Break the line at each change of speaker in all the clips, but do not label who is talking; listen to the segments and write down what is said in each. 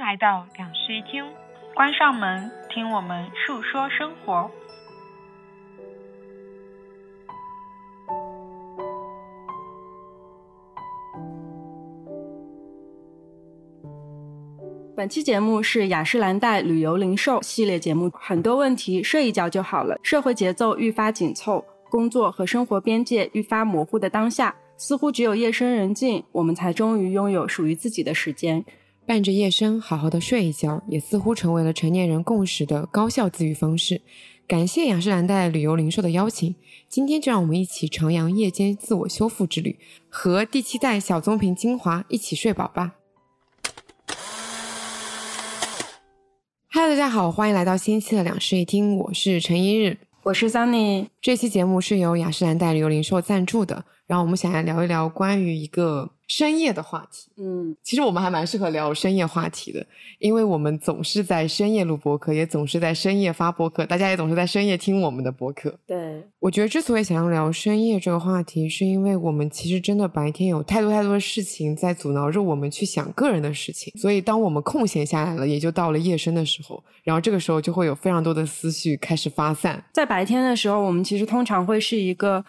来到两室一厅，关上门，听我们述说生活。
本期节目是雅诗兰黛旅游零售系列节目，很多问题睡一觉就好了。社会节奏愈发紧凑，工作和生活边界愈发模糊的当下，似乎只有夜深人静，我们才终于拥有属于自己的时间。
伴着夜深，好好的睡一觉，也似乎成为了成年人共识的高效自愈方式。感谢雅诗兰黛旅游零售的邀请，今天就让我们一起徜徉夜间自我修复之旅，和第七代小棕瓶精华一起睡饱吧。Hello，大家好，欢迎来到新一期的两室一厅，我是陈一日。
我是 Sunny，
这期节目是由雅诗兰黛旅游零售赞助的，然后我们想来聊一聊关于一个深夜的话题。
嗯，
其实我们还蛮适合聊深夜话题的，因为我们总是在深夜录播客，也总是在深夜发播客，大家也总是在深夜听我们的播客。
对，
我觉得之所以想要聊深夜这个话题，是因为我们其实真的白天有太多太多的事情在阻挠着我们去想个人的事情，所以当我们空闲下来了，也就到了夜深的时候，然后这个时候就会有非常多的思绪开始发散。
在白天的时候，我们其实通常会是一个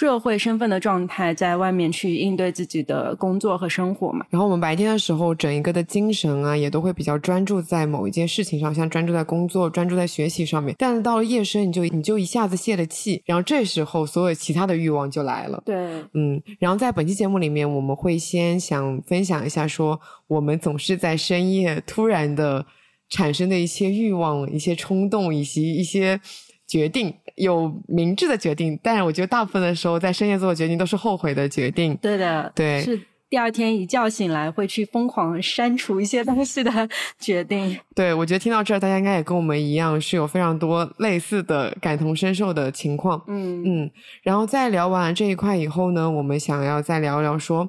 社会身份的状态，在外面去应对自己的工作和生活嘛。
然后我们白天的时候，整一个的精神啊，也都会比较专注在某一件事情上，像专注在工作、专注在学习上面。但是到了夜深，你就你就一下子泄了气，然后这时候所有其他的欲望就来了。
对，
嗯，然后在本期节目里面，我们会先想分享一下说，我们总是在深夜突然的产生的一些欲望、一些冲动以及一些决定，有明智的决定，但是我觉得大部分的时候在深夜做的决定都是后悔的决定。
对的，
对
是第二天一觉醒来会去疯狂删除一些东西的 决定。
对，我觉得听到这儿，大家应该也跟我们一样是有非常多类似的感同身受的情况。
嗯
嗯，然后在聊完这一块以后呢，我们想要再聊一聊说，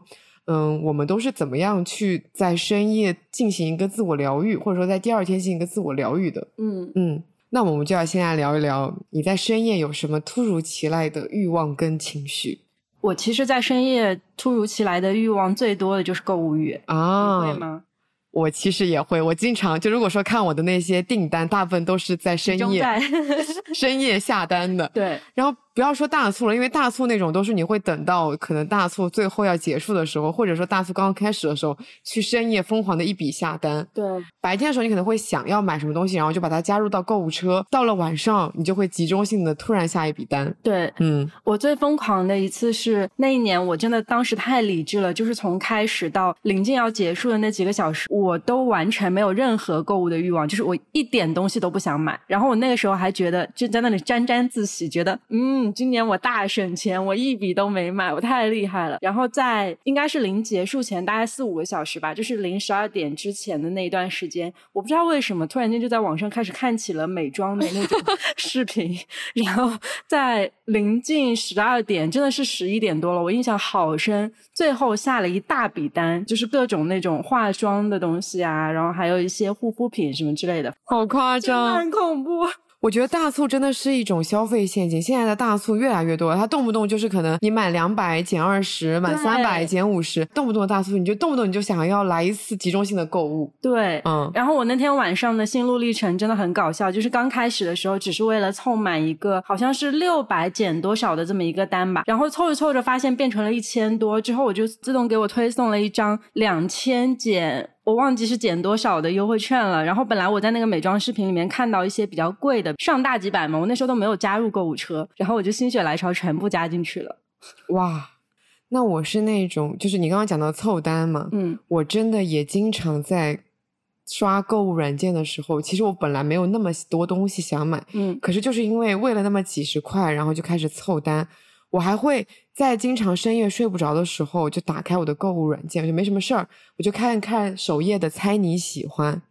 嗯，我们都是怎么样去在深夜进行一个自我疗愈，或者说在第二天进行一个自我疗愈的。
嗯，
嗯，那我们就要先来聊一聊，你在深夜有什么突如其来的欲望跟情绪
我其实，在深夜突如其来的欲望最多的就是购物欲，
啊？
你会吗？
我其实也会，我经常就如果说看我的那些订单，大部分都是在深
集中
夜
在
深夜下单的。
对，
然后不要说大促了，因为大促那种都是你会等到可能大促最后要结束的时候，或者说大促刚刚开始的时候，去深夜疯狂的一笔下单。
对，
白天的时候你可能会想要买什么东西，然后就把它加入到购物车。到了晚上，你就会集中性的突然下一笔单。
对
嗯，
我最疯狂的一次是那一年，我真的当时太理智了，就是从开始到临近要结束的那几个小时，我都完全没有任何购物的欲望，就是我一点东西都不想买。然后我那个时候还觉得就在那里沾沾自喜，觉得嗯，今年我大省钱，我一笔都没买，我太厉害了。然后在应该是临结束前大概四五个小时吧，就是临十二点之前的那一段时间，我不知道为什么突然间就在网上开始看起了美妆的那种 视频，然后 在临近十二点，真的是十一点多了，我印象好深。最后下了一大笔单，就是各种那种化妆的东西啊，然后还有一些护肤品什么之类的，
好夸
真的
张。
很恐怖。
我觉得大促真的是一种消费陷阱，现在的大促越来越多了，它动不动就是可能你满两百减二十，满三百
对
减五十，动不动的大促你就动不动你就想要来一次集中性的购物。
对，
嗯，
然后我那天晚上的心路历程真的很搞笑，就是刚开始的时候只是为了凑满一个好像是六百减多少的这么一个单吧，然后凑着凑着发现变成了一千多，之后我就自动给我推送了一张两千减。我忘记是减多少的优惠券了，然后本来我在那个美妆视频里面看到一些比较贵的，上大几百嘛，我那时候都没有加入购物车，然后我就心血来潮全部加进去了。
哇，那我是那种，就是你刚刚讲到凑单嘛，
嗯，
我真的也经常在刷购物软件的时候，其实我本来没有那么多东西想买，
嗯，
可是就是因为为了那么几十块，然后就开始凑单。我还会在经常深夜睡不着的时候，就打开我的购物软件，我就没什么事儿，我就看看首页的“猜你喜欢”，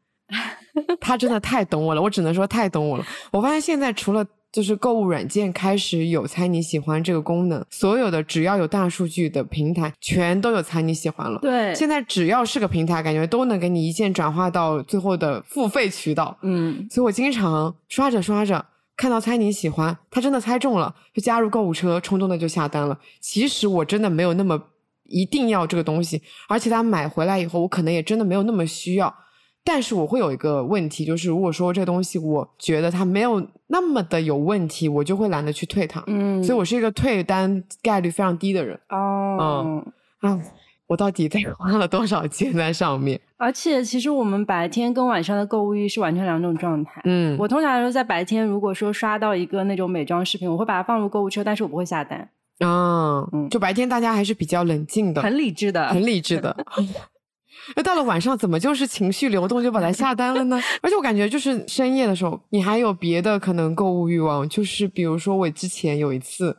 他真的太懂我了，我只能说太懂我了。我发现现在除了就是购物软件开始有猜你喜欢这个功能，所有的只要有大数据的平台，全都有猜你喜欢了。
对，
现在只要是个平台，感觉都能给你一键转化到最后的付费渠道。
嗯，
所以我经常刷着刷着看到猜你喜欢，他真的猜中了，就加入购物车，冲动的就下单了。其实我真的没有那么一定要这个东西，而且他买回来以后，我可能也真的没有那么需要。但是我会有一个问题，就是如果说这东西我觉得它没有那么的有问题，我就会懒得去退它。
嗯，
所以我是一个退单概率非常低的人
哦，
啊！我到底在花了多少钱在上面？
而且其实我们白天跟晚上的购物欲是完全两种状态。
嗯，
我通常来说，在白天如果说刷到一个那种美妆视频，我会把它放入购物车，但是我不会下单，
啊，
嗯
就白天大家还是比较冷静的，
很理智的。
很理智的。那到了晚上，怎么就是情绪流动就把它下单了呢？ 而且我感觉就是深夜的时候，你还有别的可能购物欲望，就是比如说我之前有一次，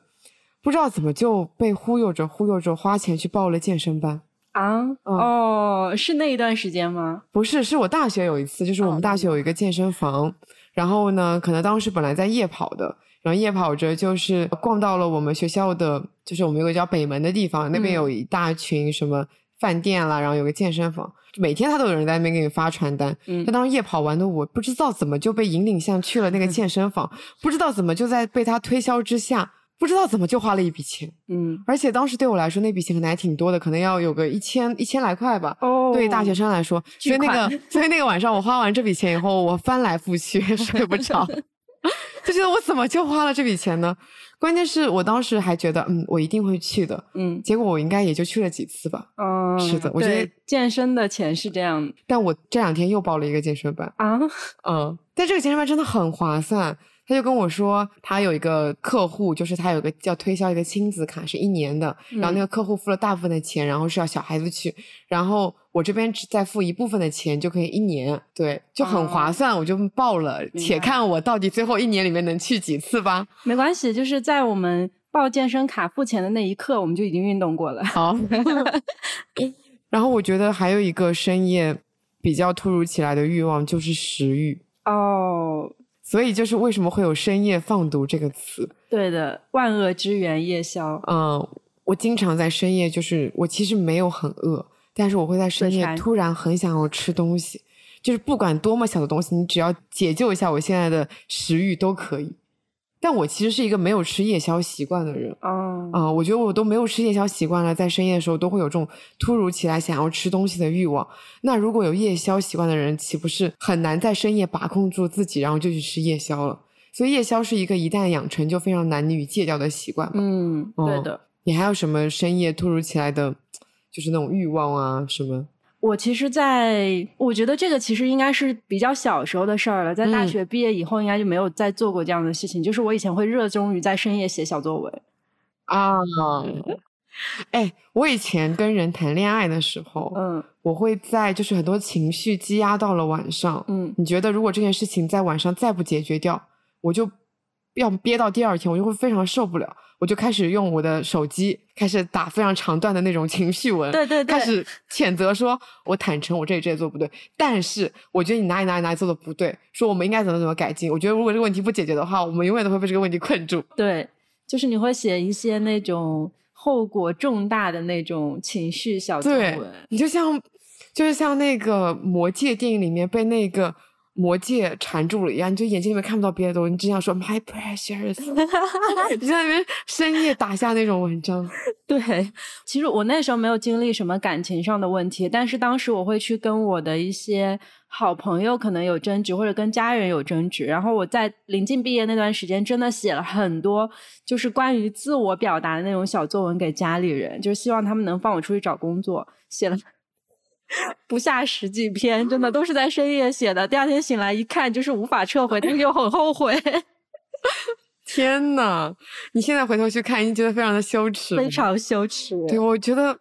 不知道怎么就被忽悠着忽悠着花钱去报了健身班。
啊，
嗯
哦，是那一段时间吗？
不是，是我大学有一次，就是我
哦
们大学有一个健身房，然后呢，可能当时本来在夜跑的，然后夜跑着就是逛到了我们学校的，就是我们有个叫北门的地方，那边
嗯
有一大群什么饭店啦，然后有个健身房，每天他都有人在那边给你发传单。
嗯
但当时夜跑完的我，不知道怎么就被引领向去了那个健身房，不知道怎么就在被他推销之下，不知道怎么就花了一笔钱，
嗯，
而且当时对我来说那笔钱可能还挺多的，可能要有个一千一千来块吧。
哦，
对于大学生来说，所
巨
以那
款
个，所以那个晚上我花完这笔钱以后，我翻来覆去睡 不着， 就觉得我怎么就花了这笔钱呢？关键是我当时还觉得，嗯，我一定会去的。
嗯
结果我应该也就去了几次吧，
嗯，
是的我觉
对
得
健身的钱是这样的
但我这两天又报了一个健身班，
啊，
嗯，但这个健身班真的很划算。他就跟我说，他有一个客户，就是他有个要推销一个亲子卡，是一年的，然后那
嗯
个客户付了大部分的钱，然后是要小孩子去，然后我这边只再付一部分的钱就可以一年，对，就很
哦
划算，我就报了，
明
且
白
看我到底最后一年里面能去几次吧。
没关系，就是在我们报健身卡付钱的那一刻，我们就已经运动过了。
好，然后我觉得还有一个深夜比较突如其来的欲望就是食欲，
哦，
所以就是为什么会有深夜放毒这个词，
对的，万恶之源夜宵，
嗯，我经常在深夜，就是我其实没有很饿，但是我会在深
嘴
夜
馋
突然很想要吃东西，就是不管多么小的东西，你只要解救一下我现在的食欲都可以。但我其实是一个没有吃夜宵习惯的人
哦，
啊、我觉得我都没有吃夜宵习惯了，在深夜的时候都会有这种突如其来想要吃东西的欲望。那如果有夜宵习惯的人，岂不是很难在深夜把控住自己，然后就去吃夜宵了？所以夜宵是一个一旦养成就非常难以戒掉的习惯吧。
嗯，对
哦
的。
你还有什么深夜突如其来的，就是那种欲望啊什么？
我其实在，我觉得这个其实应该是比较小时候的事儿了，在大
嗯
学毕业以后，应该就没有再做过这样的事情。就是我以前会热衷于在深夜写小作文，
啊，哎，我以前跟人谈恋爱的时候，
嗯
我会在就是很多情绪积压到了晚上。
嗯，
你觉得如果这件事情在晚上再不解决掉，我就要憋到第二天，我就会非常受不了，我就开始用我的手机开始打非常长段的那种情绪文，
对对对
开始谴责说，我坦诚我这里这里做不对，但是我觉得你哪里哪里哪里做的不对，说我们应该怎么怎么改进。我觉得如果这个问题不解决的话，我们永远都会被这个问题困住。
对，就是你会写一些那种后果重大的那种情绪小作
对
文，
你就像，就是像那个《魔戒》电影里面被那个魔戒缠住了一样，你就眼睛里面看不到别的东西，你只想说 “my precious”，你 就在那边深夜打下那种文章。
对， 其实我那时候没有经历什么感情上的问题，但是当时我会去跟我的一些好朋友可能有争执，或者跟家人有争执。然后我在临近毕业那段时间，真的写了很多就是关于自我表达的那种小作文给家里人，就是希望他们能放我出去找工作，写了。 不下十几篇，真的都是在深夜写的。第二天醒来一看，就是无法撤回，但是又很后悔，
天呐，你现在回头去看，你觉得非常的羞耻吗，
非常羞耻。
对，我觉得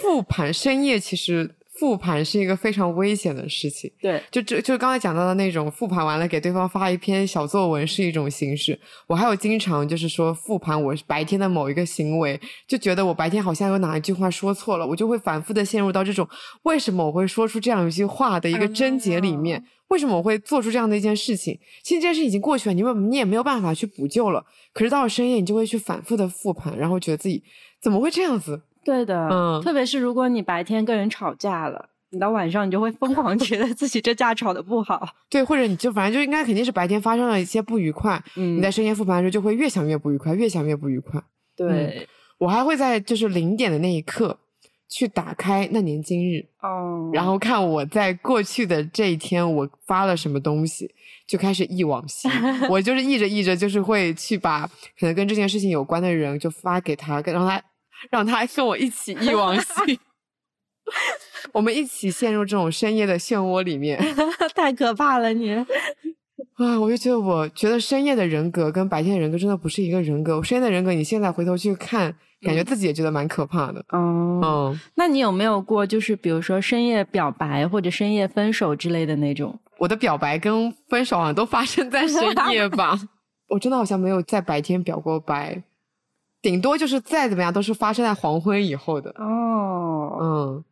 复盘深夜其实复盘是一个非常危险的事情。
对，
就这就是刚才讲到的那种复盘完了给对方发一篇小作文是一种形式。我还有经常就是说复盘我白天的某一个行为，就觉得我白天好像有哪一句话说错了，我就会反复的陷入到这种为什么我会说出这样一句话的一个症结里面。为什么我会做出这样的一件事情？其实这件事已经过去了，你们你也没有办法去补救了。可是到了深夜，你就会去反复的复盘，然后觉得自己怎么会这样子？
对的，
嗯
特别是如果你白天跟人吵架了，你到晚上你就会疯狂觉得自己这架吵得不好。
对，或者你就反正就应该肯定是白天发生了一些不愉快，
嗯
你在深夜复盘的时候就会越想越不愉快，越想越不愉快。
对，
我还会在就是零点的那一刻，去打开那年今日，
哦，
然后看我在过去的这一天我发了什么东西，就开始忆往 昔。我就是忆着忆着，就是会去把可能跟这件事情有关的人就发给他，跟让他让他跟我一起 忆往昔。 我们一起陷入这种深夜的漩涡里面
太可怕了你，
啊！我就觉得，我觉得深夜的人格跟白天的人格真的不是一个人格。深夜的人格，你现在回头去看，感觉自己也觉得蛮可怕的。
哦，
嗯，
那你有没有过就是比如说深夜表白或者深夜分手之类的那种？
我的表白跟分手好像都发生在深夜吧。我真的好像没有在白天表过白，顶多就是再怎么样都是发生在黄昏以后的。
哦，
嗯，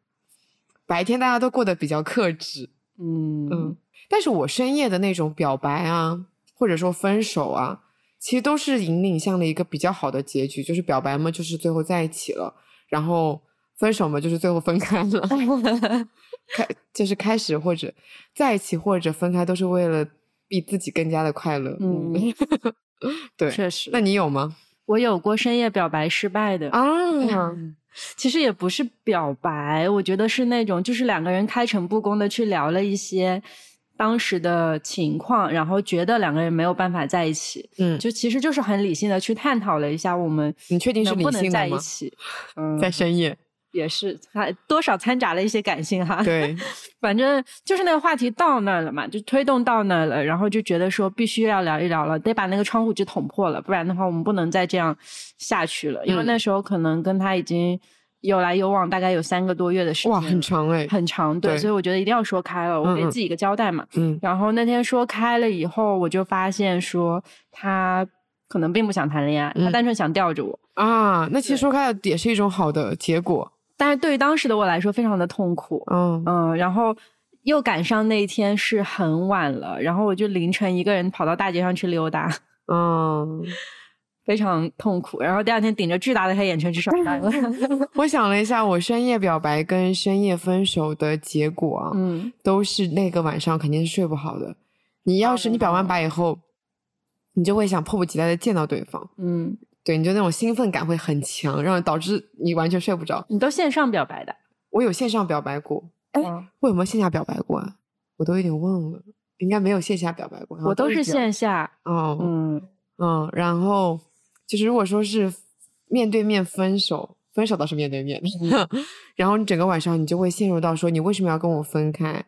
白天大家都过得比较克制。
嗯
嗯，但是我深夜的那种表白啊，或者说分手啊，其实都是引领向了一个比较好的结局，就是表白嘛，就是最后在一起了，然后分手嘛，就是最后分开 了，
嗯
开就是开始或者在一起或者分开，都是为了比自己更加的快乐。
嗯，
对。
确实。
那你有吗？
我有过深夜表白失败的
啊，
嗯其实也不是表白，我觉得是那种就是两个人开诚布公的去聊了一些当时的情况，然后觉得两个人没有办法在一起，
嗯，
就其实就是很理性的去探讨了一下我们
你确定是
能不
理
能
性的
在一
吗
起，嗯，
在 深夜，
也是还多少掺杂了一些感性哈，，
对，
反正就是那个话题到那儿了嘛，就推动到那儿了，然后就觉得说必须要聊一聊了，得把那个窗户纸捅破了，不然的话我们不能再这样下去了。因为
嗯
那时候可能跟他已经有来有往，大概有三个多月的时间
哇，
了，
很长哎，
很长，对，
对
所以我觉得一定要说开了，我给
嗯嗯
自己一个交代嘛。
嗯
然后那天说开了以后，我就发现说他可能并不想谈恋爱，他
嗯
单纯想吊着我。
啊，那其实
对
说开了也是一种好的结果，
但是对于当时的我来说，非常的痛苦。
嗯
嗯，然后又赶上那一天是很晚了，然后我就凌晨一个人跑到大街上去溜达，
嗯，
非常痛苦。然后第二天顶着巨大的黑眼圈去上班 了。
我想了一下，我深夜表白跟深夜分手的结果啊，
嗯，
都是那个晚上肯定是睡不好的。你要是
当
你表完
然
白以后，你就会想迫不及待的见到对方，
嗯，
对，你就那种兴奋感会很强，然后导致你完全睡不着。
你都线上表白的？
我有线上表白过，哎
嗯
我有没有线下表白过啊？我都有点忘了，应该没有线下表白过。好像
我都是
这样
线下。
哦，
嗯，
嗯，然后就是如果说是面对面分手，分手倒是面对面， 然后你整个晚上你就会陷入到说你为什么要跟我分开？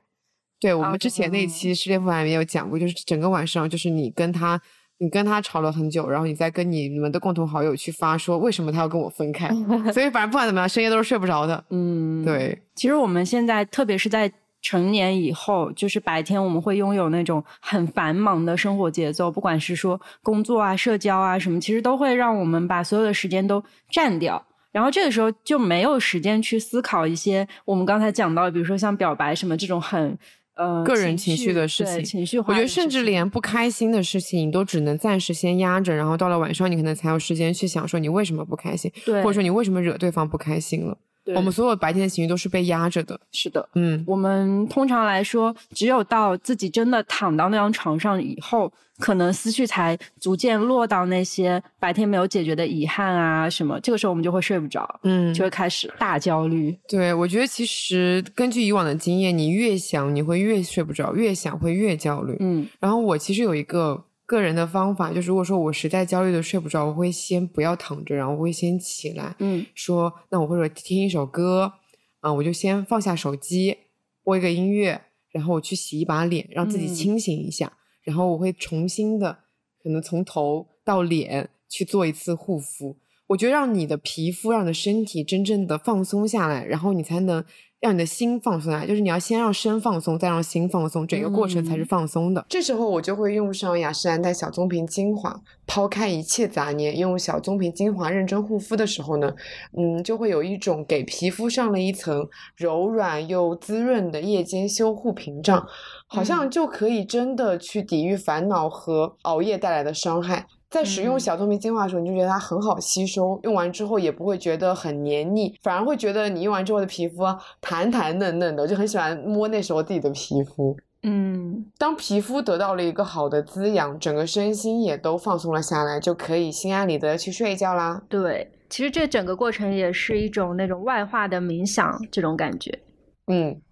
对我们之前那一期失恋不完美有讲过，就是整个晚上就是你跟他，你跟他吵了很久，然后你再跟你你们的共同好友去发说为什么他要跟我分开，所以反正不管怎么样，深夜都是睡不着的。
嗯，。
对，
其实我们现在，特别是在成年以后，就是白天我们会拥有那种很繁忙的生活节奏，不管是说工作啊、社交啊什么，其实都会让我们把所有的时间都占掉。然后这个时候就没有时间去思考一些我们刚才讲到的，比如说像表白什么这种很呃
个人情绪的事
对
情
情绪化
我
的
觉
事情，
得甚至连不开心的事情你都只能暂时先压着，然后到了晚上你可能才有时间去想说你为什么不开心，
对，
或者说你为什么惹对方不开心了。
对
我们所有白天的情绪都是被压着的。
是的。
嗯，
我们通常来说，只有到自己真的躺到那张床上以后，可能思绪才逐渐落到那些白天没有解决的遗憾啊什么。这个时候我们就会睡不着，
嗯
就会开始大焦虑。
对，我觉得其实根据以往的经验，你越想你会越睡不着，越想会越焦虑。
嗯
然后我其实有一个个人的方法，就是如果说我实在焦虑的睡不着，我会先不要躺着，然后我会先起来，
嗯
说那我或者听一首歌，啊、我就先放下手机，播一个音乐，然后我去洗一把脸，让自己
嗯
清醒一下，然后我会重新的，可能从头到脸去做一次护肤。我觉得让你的皮肤，让你的身体真正的放松下来，然后你才能让你的心放松下来。就是你要先让身放松，再让心放松，整个过程才是
嗯
放松的。这时候我就会用上雅诗兰黛小棕瓶精华，抛开一切杂念，用小棕瓶精华认真护肤的时候呢，嗯，就会有一种给皮肤上了一层柔软又滋润的夜间修护屏障，好
嗯
像就可以真的去抵御烦恼和熬夜带来的伤害。在使用
嗯
小棕瓶精华的时候，你就觉得它很好吸收，用完之后也不会觉得很黏腻，反而会觉得你用完之后的皮肤啊弹弹嫩嫩的，我就很喜欢摸那时候自己的皮肤。
嗯，
当皮肤得到了一个好的滋养，整个身心也都放松了下来，就可以心安理得地去睡觉啦。
对，其实这整个过程也是一种那种外化的冥想这种感觉。
嗯。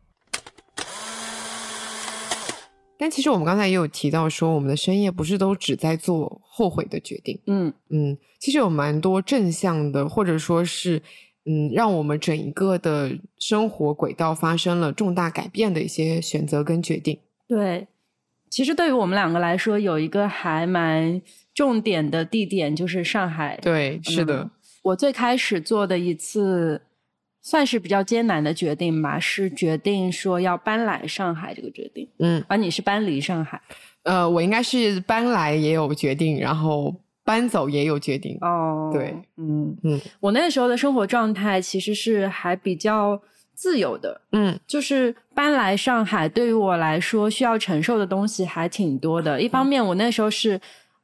但其实我们刚才也有提到说，我们的深夜不是都只在做后悔的决定。
嗯
嗯，其实有蛮多正向的，或者说是嗯，让我们整一个的生活轨道发生了重大改变的一些选择跟决定。
对，其实对于我们两个来说，有一个还蛮重点的地点就是上海。
对，是的，
嗯我最开始做的一次算是比较艰难的决定吧，是决定说要搬来上海这个决定，
嗯，
而你是搬离上海
呃，我应该是搬来也有决定，然后搬走也有决定。
哦
对，
嗯
嗯，
我那时候的生活状态其实是还比较自由的，
嗯
就是搬来上海，对于我来说需要承受的东西还挺多的。一方面，我那时候是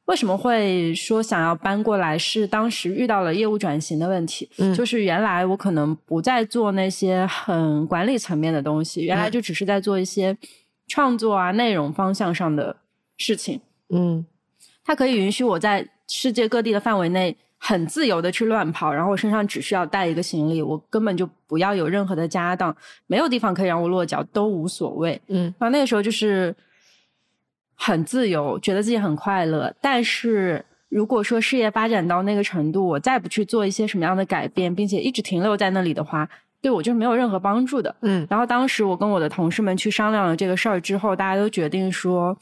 为什么会说想要搬过来，是当时遇到了业务转型的问题。
嗯
就是原来我可能不再做那些很管理层面的东西，原来
嗯
就只是在做一些创作啊、内容方向上的事情。
嗯
它可以允许我在世界各地的范围内很自由的去乱跑，然后我身上只需要带一个行李，我根本就不要有任何的家当，没有地方可以让我落脚都无所谓。
嗯
然后那个时候就是很自由，觉得自己很快乐。但是如果说事业发展到那个程度，我再不去做一些什么样的改变，并且一直停留在那里的话，对我就是没有任何帮助的。
嗯
然后当时我跟我的同事们去商量了这个事儿之后，大家都决定说，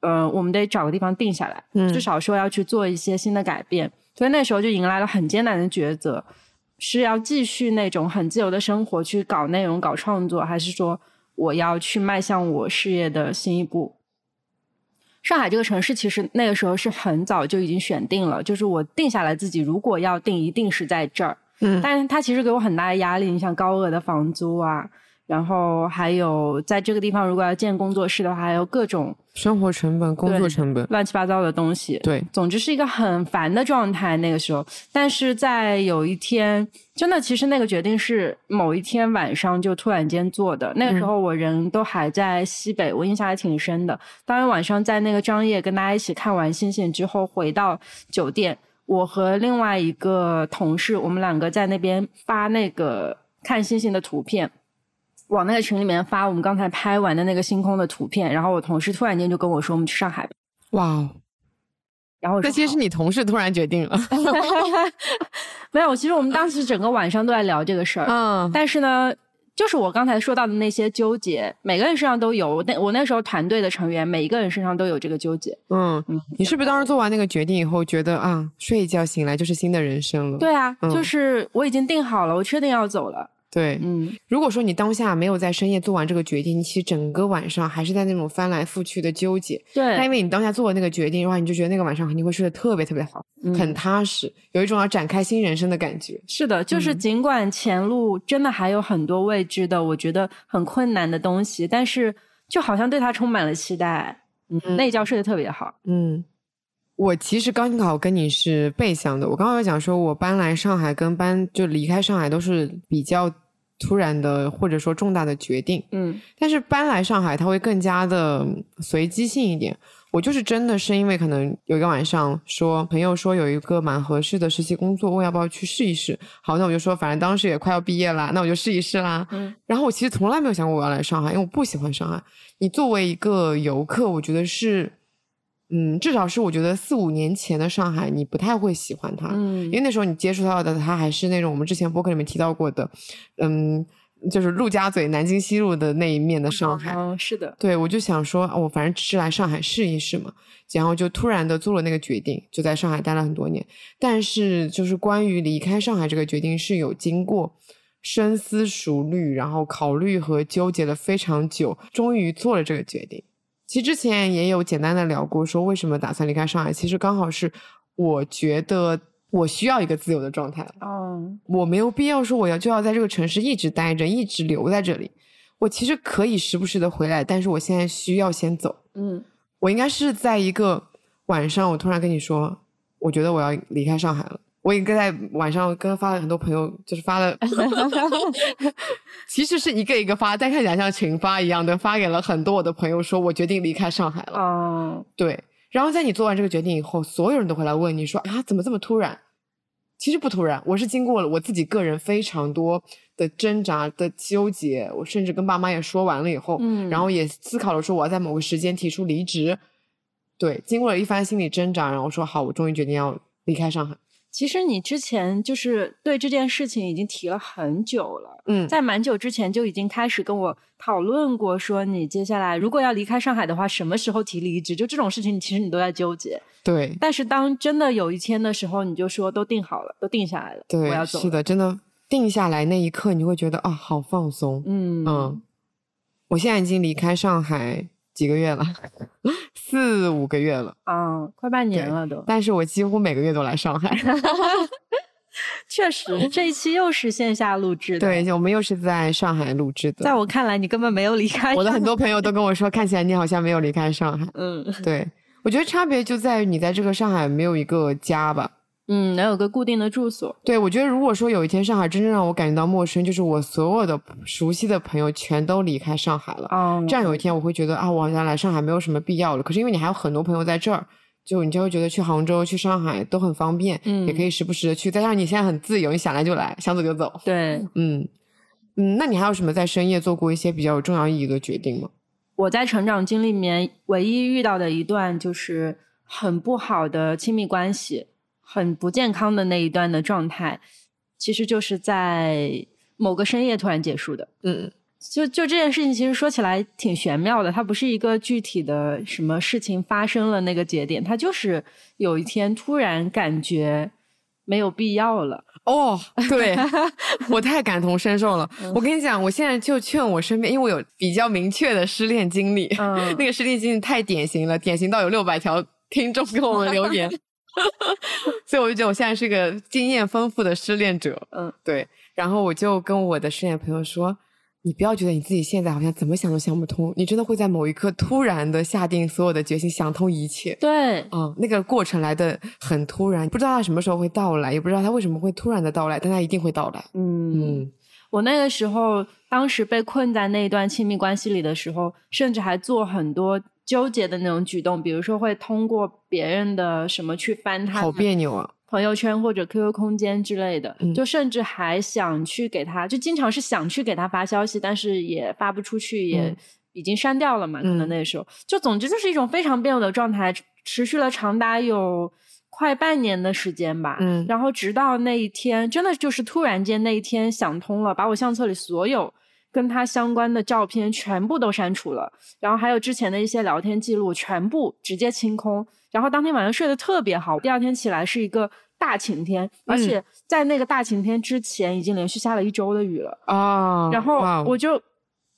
呃，我们得找个地方定下来，
嗯
至少说要去做一些新的改变。所以那时候就迎来了很艰难的抉择，是要继续那种很自由的生活去搞内容、搞创作，还是说我要去迈向我事业的新一步？上海这个城市其实那个时候是很早就已经选定了，就是我定下来自己如果要定，一定是在这儿。
嗯
但是它其实给我很大的压力。你想高额的房租啊，然后还有在这个地方如果要建工作室的话，还有各种
生活成本、工作成本，
乱七八糟的东西。
对，
总之是一个很烦的状态。那个时候，但是在有一天，真的，其实那个决定是某一天晚上就突然间做的。那个时候
嗯
我人都还在西北，我印象还挺深的。当天晚上在那个张掖跟大家一起看完星星之后，回到酒店，我和另外一个同事，我们两个在那边发那个看星星的图片。往那个群里面发我们刚才拍完的那个星空的图片，然后我同事突然间就跟我说：“我们去上海吧。
哇哦，”
然后我
这
说
些是你同事突然决定了。
没有，其实我们当时整个晚上都在聊这个事儿，
嗯
但是呢，就是我刚才说到的那些纠结，每个人身上都有。我那我那时候团队的成员，每一个人身上都有这个纠结。
嗯
嗯，
你是不是当时做完那个决定以后，觉得啊，睡一觉醒来就是新的人生了？
对啊，
嗯
就是我已经定好了，我确定要走了。
对，
嗯，
如果说你当下没有在深夜做完这个决定，你其实整个晚上还是在那种翻来覆去的纠结。但
对
因，为你当下做了那个决定的话，你就觉得那个晚上肯定会睡得特别特别好，
嗯
很踏实，有一种要展开新人生的感觉。
是的，就是
嗯
尽管前路真的还有很多未知的，我觉得很困难的东西，但是就好像对它充满了期待。嗯，
嗯
那一觉睡得特别好。
嗯，我其实刚好跟你是背向的。我刚刚有讲说，我搬来上海跟搬就离开上海都是比较突然的，或者说重大的决定。
嗯
但是搬来上海，它会更加的随机性一点。我就是真的是因为可能有一个晚上说朋友说有一个蛮合适的实习工作，问要不要去试一试。好，那我就说反正当时也快要毕业啦，那我就试一试啦。
嗯，
然后我其实从来没有想过我要来上海，因为我不喜欢上海。你作为一个游客，我觉得是，嗯，至少是我觉得四五年前的上海，你不太会喜欢它。
嗯
因为那时候你接触到的它还是那种我们之前播客里面提到过的，嗯，就是陆家嘴南京西路的那一面的上海。
嗯，是的，
对，我就想说，哦我反正只是来上海试一试嘛，然后就突然的做了那个决定，就在上海待了很多年。但是就是关于离开上海这个决定，是有经过深思熟虑，然后考虑和纠结了非常久，终于做了这个决定。其实之前也有简单的聊过，说为什么打算离开上海，其实刚好是我觉得我需要一个自由的状态了。
嗯
我没有必要说我要就要在这个城市一直待着，一直留在这里。我其实可以时不时的回来，但是我现在需要先走。
嗯
我应该是在一个晚上，我突然跟你说，我觉得我要离开上海了。我也跟在晚上跟发了很多朋友，就是发了，其实是一个一个发，但看起来像群发一样的，发给了很多我的朋友说，我决定离开 上海了。
嗯，
对，然后在你做完这个决定以后，所有人都会来问你说啊，怎么这么突然？其实不突然，我是经过了我自己个人非常多的挣扎的纠结，我甚至跟爸妈也说完了以后，
嗯
然后也思考了说我要在某个时间提出离职。对，经过了一番心理挣扎，然后说好，我终于决定要离开上海。
其实你之前就是对这件事情已经提了很久了，
嗯，
在蛮久之前就已经开始跟我讨论过，说你接下来如果要离开上海的话，什么时候提离职，就这种事情，其实你都在纠结。
对
但是当真的有一天的时候，你就说都定好了，都定下来了，
对，
我要走
是
了。
的，真的定下来那一刻，你会觉得啊，好放松。
嗯
嗯，我现在已经离开上海几个月了， 四五个月了。
啊，快半年
对
了都。
但是我几乎每个月都来上海。
确实，这一期又是线下录制的。
对，，我们又是在上海录制的。
在我看来，你根本没有离开
我的
上
很多朋友都跟我说，看起来你好像没有离开上海。
嗯
对，我觉得差别就在于你在这个上海没有一个家吧。
嗯，能有个固定的住所。
对，我觉得如果说有一天上海真正让我感觉到陌生，就是我所有的熟悉的朋友全都离开上海了。
嗯，
这样有一天我会觉得啊，我好像来上海没有什么必要了。可是因为你还有很多朋友在这儿，就你就会觉得去杭州、去上海都很方便，也可以时不时的去。再加上你现在很自由，你想来就来，想走就走。
对，
嗯嗯，那你还有什么在深夜做过一些比较有重要意义的决定吗？
我在成长经历里面唯一遇到的一段就是很不好的亲密关系，很不健康的那一段的状态，其实就是在某个深夜突然结束的。
嗯
就就这件事情，其实说起来挺玄妙的，它不是一个具体的什么事情发生了那个节点，它就是有一天突然感觉没有必要了。
哦，对我太感同身受了。我跟你讲，我现在就劝我身边，因为我有比较明确的失恋经历，
嗯
那个失恋经历太典型了，典型到有六百条听众给我们留言， 所以我就觉得我现在是个经验丰富的失恋者。
嗯，
对。然后我就跟我的失恋朋友说：“你不要觉得你自己现在好像怎么想都想不通，你真的会在某一刻突然的下定所有的决心，想通一切。”
对，
嗯，那个过程来的很突然，不知道它什么时候会到来，也不知道它为什么会突然的到来，但它一定会到来。
嗯，
嗯，
我那个时候当时被困在那一段亲密关系里的时候，甚至还做很多纠结的那种举动，比如说会通过别人的什么去翻他
好
的
别扭啊。
朋友圈或者 QQ 空间之类的，
嗯
就甚至还想去给他，就经常是想去给他发消息，但是也发不出去，也
嗯
已经删掉了嘛。可能
嗯
那时候，就总之就是一种非常别扭的状态，持续了长达有快半年的时间吧。
嗯
然后直到那一天，真的就是突然间那一天想通了，把我相册里所有跟他相关的照片全部都删除了，然后还有之前的一些聊天记录全部直接清空。然后当天晚上睡得特别好，第二天起来是一个大晴天，
嗯
而且在那个大晴天之前已经连续下了一周的雨了。
啊，
然后
哇哦
我就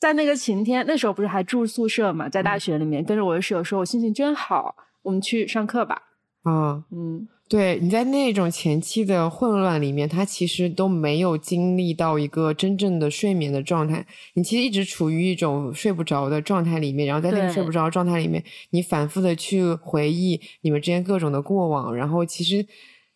在那个晴天，那时候不是还住宿舍嘛，在大
嗯
学里面、跟着我的室友说，我心情真好，我们去上课吧。
啊，
嗯，
对，你在那种前期的混乱里面，他其实都没有经历到一个真正的睡眠的状态，你其实一直处于一种睡不着的状态里面，然后在那个睡
对
不着的状态里面，你反复的去回忆你们之间各种的过往，然后其实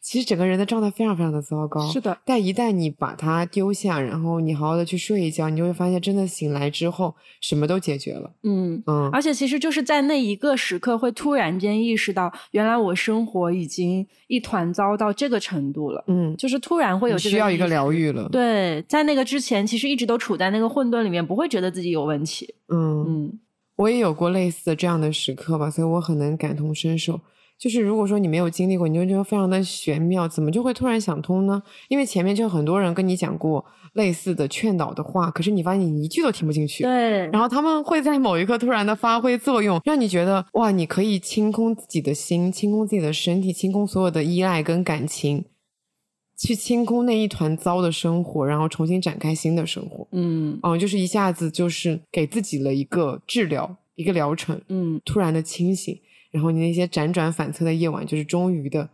其实整个人的状态非常非常的糟糕。
是的，
但一旦你把它丢下，然后你好好的去睡一觉，你就会发现，真的醒来之后，什么都解决了。
嗯。
嗯，
而且其实就是在那一个时刻，会突然间意识到，原来我生活已经一团糟到这个程度了，
嗯，
就是突然会有
你
这
需要
意
一个
识
疗愈了。，
对，在那个之前，其实一直都处在那个混沌里面，不会觉得自己有问题。
嗯
嗯
我也有过类似的这样的时刻吧，所以我很能感同身受。就是如果说你没有经历过，你就觉得非常的玄妙，怎么就会突然想通呢？因为前面就有很多人跟你讲过类似的劝导的话，可是你发现你一句都听不进去。
对，
然后他们会在某一刻突然的发挥作用，让你觉得哇，你可以清空自己的心，清空自己的身体，清空所有的依赖跟感情，去清空那一团糟的生活，然后重新展开新的生活。
嗯
嗯，就是一下子就是给自己了一个治疗，一个疗程，
嗯，
突然的清醒，然后你那些辗转反侧的夜晚，就是终于的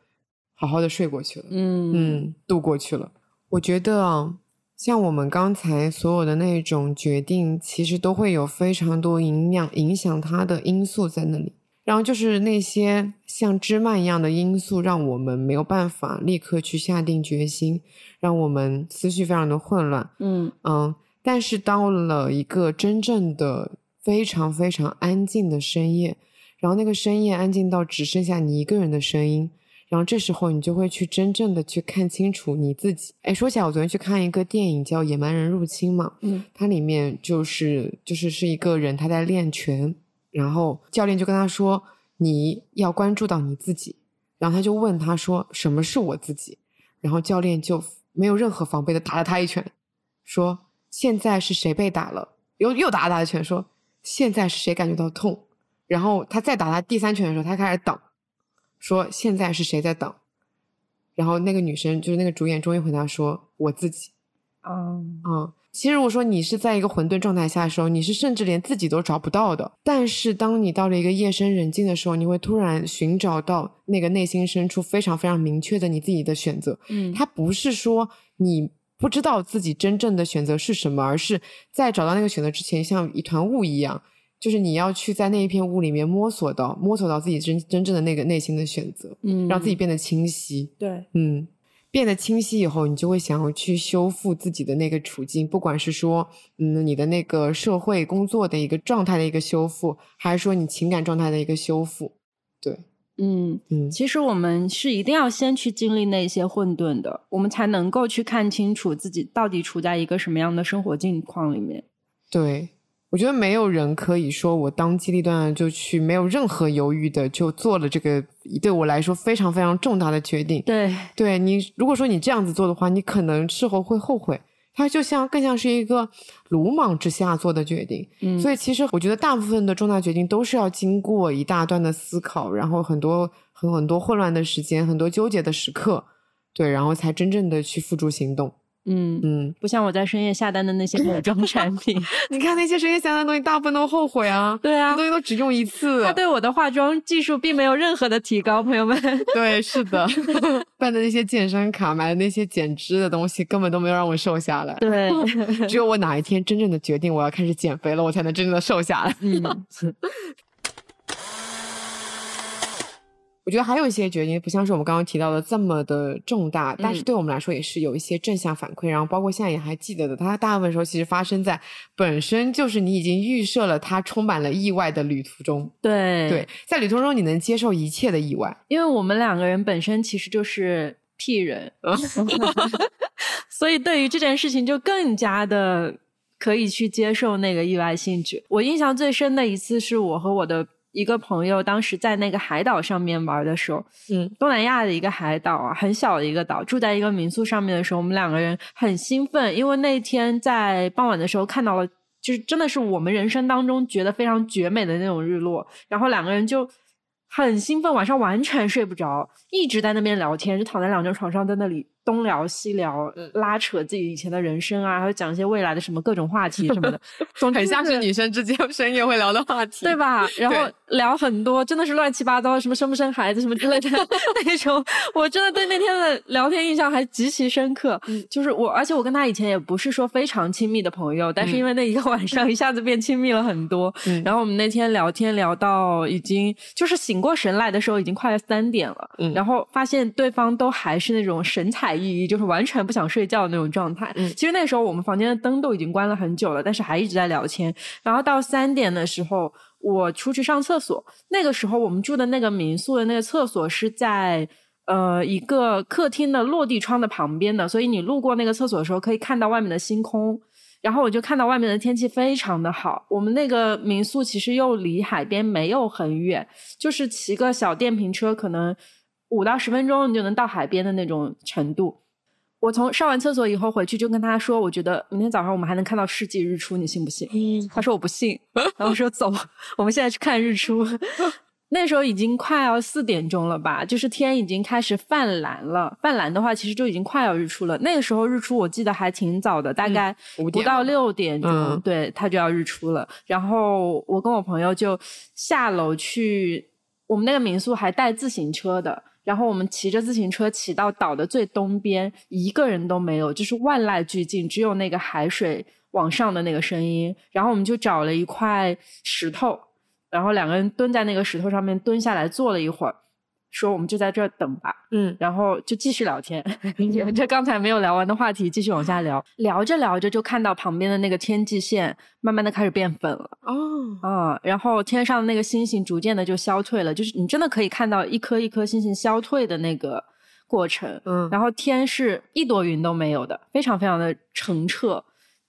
好好的睡过去了，
嗯
嗯，度过去了。我觉得啊，像我们刚才所有的那种决定，其实都会有非常多影响影响它的因素在那里。然后就是那些像枝蔓一样的因素，让我们没有办法立刻去下定决心，让我们思绪非常的混乱。
嗯
嗯，但是到了一个真正的非常非常安静的深夜，然后那个深夜安静到只剩下你一个人的声音，然后这时候你就会去真正的去看清楚你自己。哎，说起来，我昨天去看一个电影叫《野蛮人入侵》嘛，
嗯，
它里面就是就是是一个人他在练拳，然后教练就跟他说你要关注到你自己，然后他就问他说什么是我自己，然后教练就没有任何防备的打了他一拳，说现在是谁被打了，又又打了他一拳，说现在是谁感觉到痛，然后他再打他第三拳的时候，他开始等，说现在是谁在等，然后那个女生就是那个主演终于回答说我自己。
嗯，
嗯，其实如果说你是在一个混沌状态下的时候，你是甚至连自己都找不到的。但是当你到了一个夜深人静的时候，你会突然寻找到那个内心深处非常非常明确的你自己的选择。
嗯
它不是说你不知道自己真正的选择是什么，而是在找到那个选择之前，像一团雾一样，就是你要去在那一片雾里面摸索到，摸索到自己真真正的那个内心的选择，
嗯
让自己变得清晰。
对，
嗯，变得清晰以后，你就会想要去修复自己的那个处境，不管是说，嗯，你的那个社会工作的一个状态的一个修复，还是说你情感状态的一个修复。对，
嗯。
嗯，
其实我们是一定要先去经历那些混沌的，我们才能够去看清楚自己到底处在一个什么样的生活境况里面。
对，我觉得没有人可以说我当机立断地就去，没有任何犹豫的就做了这个对我来说非常非常重大的决定。
对，
对你，如果说你这样子做的话，你可能事后会后悔。它就像更像是一个鲁莽之下做的决定，
嗯
所以其实我觉得大部分的重大决定都是要经过一大段的思考，然后很多很很多混乱的时间，很多纠结的时刻，对，然后才真正的去付诸行动。
嗯，
嗯，
不像我在深夜下单的那些美妆产品，
你看那些深夜想的东西，大部分都后悔 啊，
对
这
啊，
东西都只用一次
它。对我的化妆技术并没有任何的提高，朋友们。
对，是 的，办的那些健身卡，买的那些减脂的东西，根本都没有让我瘦下来。
对，
只有我哪一天真正的决定我要开始减肥了，我才能真正的瘦下来。
嗯，
我觉得还有一些决定不像是我们刚刚提到的这么的重大，但是对我们来说也是有一些正向反馈。然后包括现在也还记得的，它大部分时候其实发生在本身就是你已经预设了它充满了意外的旅途中。
对
对，在旅途中你能接受一切的意外。
因为我们两个人本身其实就是屁 人，所以对于这件事情就更加的可以去接受那个意外性质。我印象最深的一次是我和我的一个朋友当时在那个海岛上面玩的时候，
嗯
东南亚的一个海岛啊，很小的一个岛，住在一个民宿上面的时候，我们两个人很兴奋，因为那天在傍晚的时候看到了，就是真的是我们人生当中觉得非常绝美的那种日落，然后两个人就很兴奋，晚上完全睡不着，一直在那边聊天，就躺在两张床上在那里东聊西聊，拉扯自己以前的人生啊，还有讲一些未来的什么各种话题什么的，总之
很像
就是
女生之间深夜会聊的话题，
对？吧？然后
对
聊很多，真的是乱七八糟，什么生不生孩子什么之类 的那种。我真的对那天的聊天印象还极其深刻。
嗯
就是我，而且我跟他以前也不是说非常亲密的朋友，但是因为那一个晚上一下子变亲密了很多。
嗯
然后我们那天聊天聊到已经就是醒过神来的时候，已经快三点了。
嗯
然后发现对方都还是那种神采奕奕，就是完全不想睡觉的那种状态。
嗯
其实那时候我们房间的灯都已经关了很久了，但是还一直在聊天。然后到三点的时候，我出去上厕所。那个时候我们住的那个民宿的那个厕所是在呃一个客厅的落地窗的旁边的，所以你路过那个厕所的时候可以看到外面的星空。然后我就看到外面的天气非常的好，我们那个民宿其实又离海边没有很远，就是骑个小电瓶车，可能五到十分钟你就能到海边的那种程度。我从上完厕所以后回去就跟他说，我觉得明天早上我们还能看到世纪日出，你信不信？
嗯
他说我不信， 然后说走，我们现在去看日出。 那时候已经快要四点钟了吧，就是天已经开始泛蓝了。泛蓝的话，其实就已经快要日出了。那个时候日出我记得还挺早的，大概
嗯五
不
点
到六点钟，
嗯
对，它就要日出了。然后我跟我朋友就下楼去，我们那个民宿还带自行车的，然后我们骑着自行车骑到岛的最东边，一个人都没有，就是万籁俱静，只有那个海水往上的那个声音。然后我们就找了一块石头，然后两个人蹲在那个石头上面蹲下来坐了一会儿，说我们就在这儿等吧。
嗯
然后就继续聊天，沿着刚才没有聊完的话题继续往下聊。聊着聊着就看到旁边的那个天际线慢慢的开始变粉了
哦，
啊、然后天上的那个星星逐渐的就消退了，就是你真的可以看到一颗一颗星星消退的那个过程。
嗯，
然后天是一朵云都没有的，非常非常的澄澈。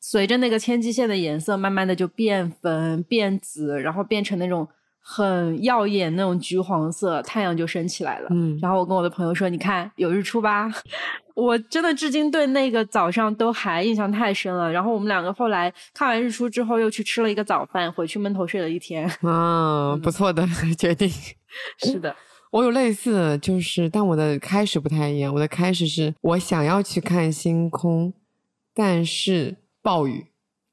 随着那个天际线的颜色慢慢的就变粉、变紫，然后变成那种很耀眼那种橘黄色，太阳就升起来了。
嗯
然后我跟我的朋友说：“你看有日出吧！” 我真的至今对那个早上都还印象太深了。然后我们两个后来看完日出之后，又去吃了一个早饭，回去闷头睡了一天。
啊，不错的 决定。
是的，
我有类似的，就是但我的开始不太一样。我的开始是我想要去看星空，但是暴雨，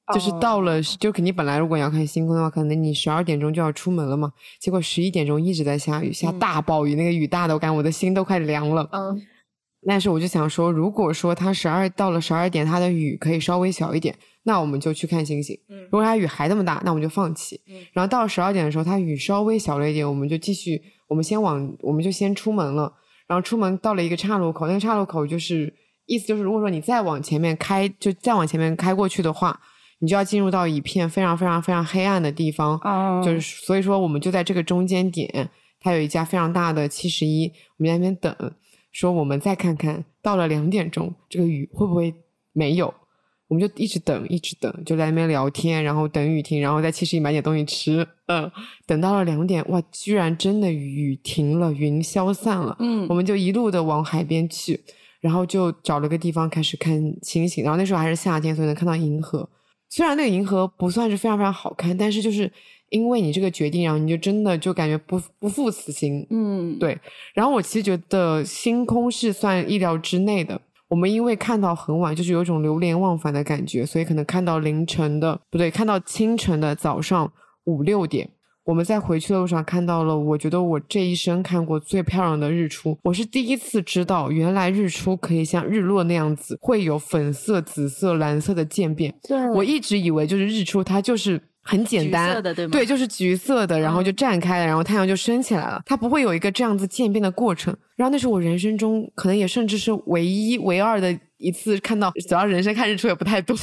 哦
就是到了、就肯定本来如果你要看星空的话，可能你十二点钟就要出门了嘛，结果十一点钟一直在下雨，下
嗯
大暴雨，那个雨大的我感觉我的心都快凉了。
嗯
但是我就想说，如果说它十二到了十二点，它的雨可以稍微小一点，那我们就去看星星。
嗯
如果它雨还那么大，那我们就放弃。
嗯
然后到了十二点的时候，它雨稍微小了一点，我们就继续，我们先往，我们就先出门了。然后出门到了一个岔路口，那个岔路口就是意思就是，如果说你再往前面开，就再往前面开过去的话，你就要进入到一片非常非常非常黑暗的地方。
哦，
就是所以说我们就在这个中间点，它有一家非常大的七十一，我们在那边等，说我们再看看，到了两点钟，这个雨会不会没有？我们就一直等，一直等，就在那边聊天，然后等雨停，然后在七十一买点东西吃。嗯，等到了两点，哇，居然真的雨停了，云消散了，
嗯
我们就一路的往海边去，然后就找了个地方开始看星星。然后那时候还是夏天，所以能看到银河。虽然那个银河不算是非常非常好看，但是就是因为你这个决定，然后你就真的就感觉不不负此行。
嗯
对然后我其实觉得星空是算意料之内的。我们因为看到很晚，就是有一种流连忘返的感觉，所以可能看到凌晨的，不对，看到清晨的早上五六点，我们在回去的路上看到了，我觉得我这一生看过最漂亮的日出。我是第一次知道，原来日出可以像日落那样子，会有粉色、紫色、蓝色的渐变。
对，
我一直以为就是日出，它就是很简
橘
单，
色的对吗？嗯
对，就是橘色的，然后就绽开了，然后太阳就升起来了，它不会有一个这样子渐变的过程。然后那是我人生中可能也甚至是唯一、唯二的一次看到，主要人生看日出也不 太多，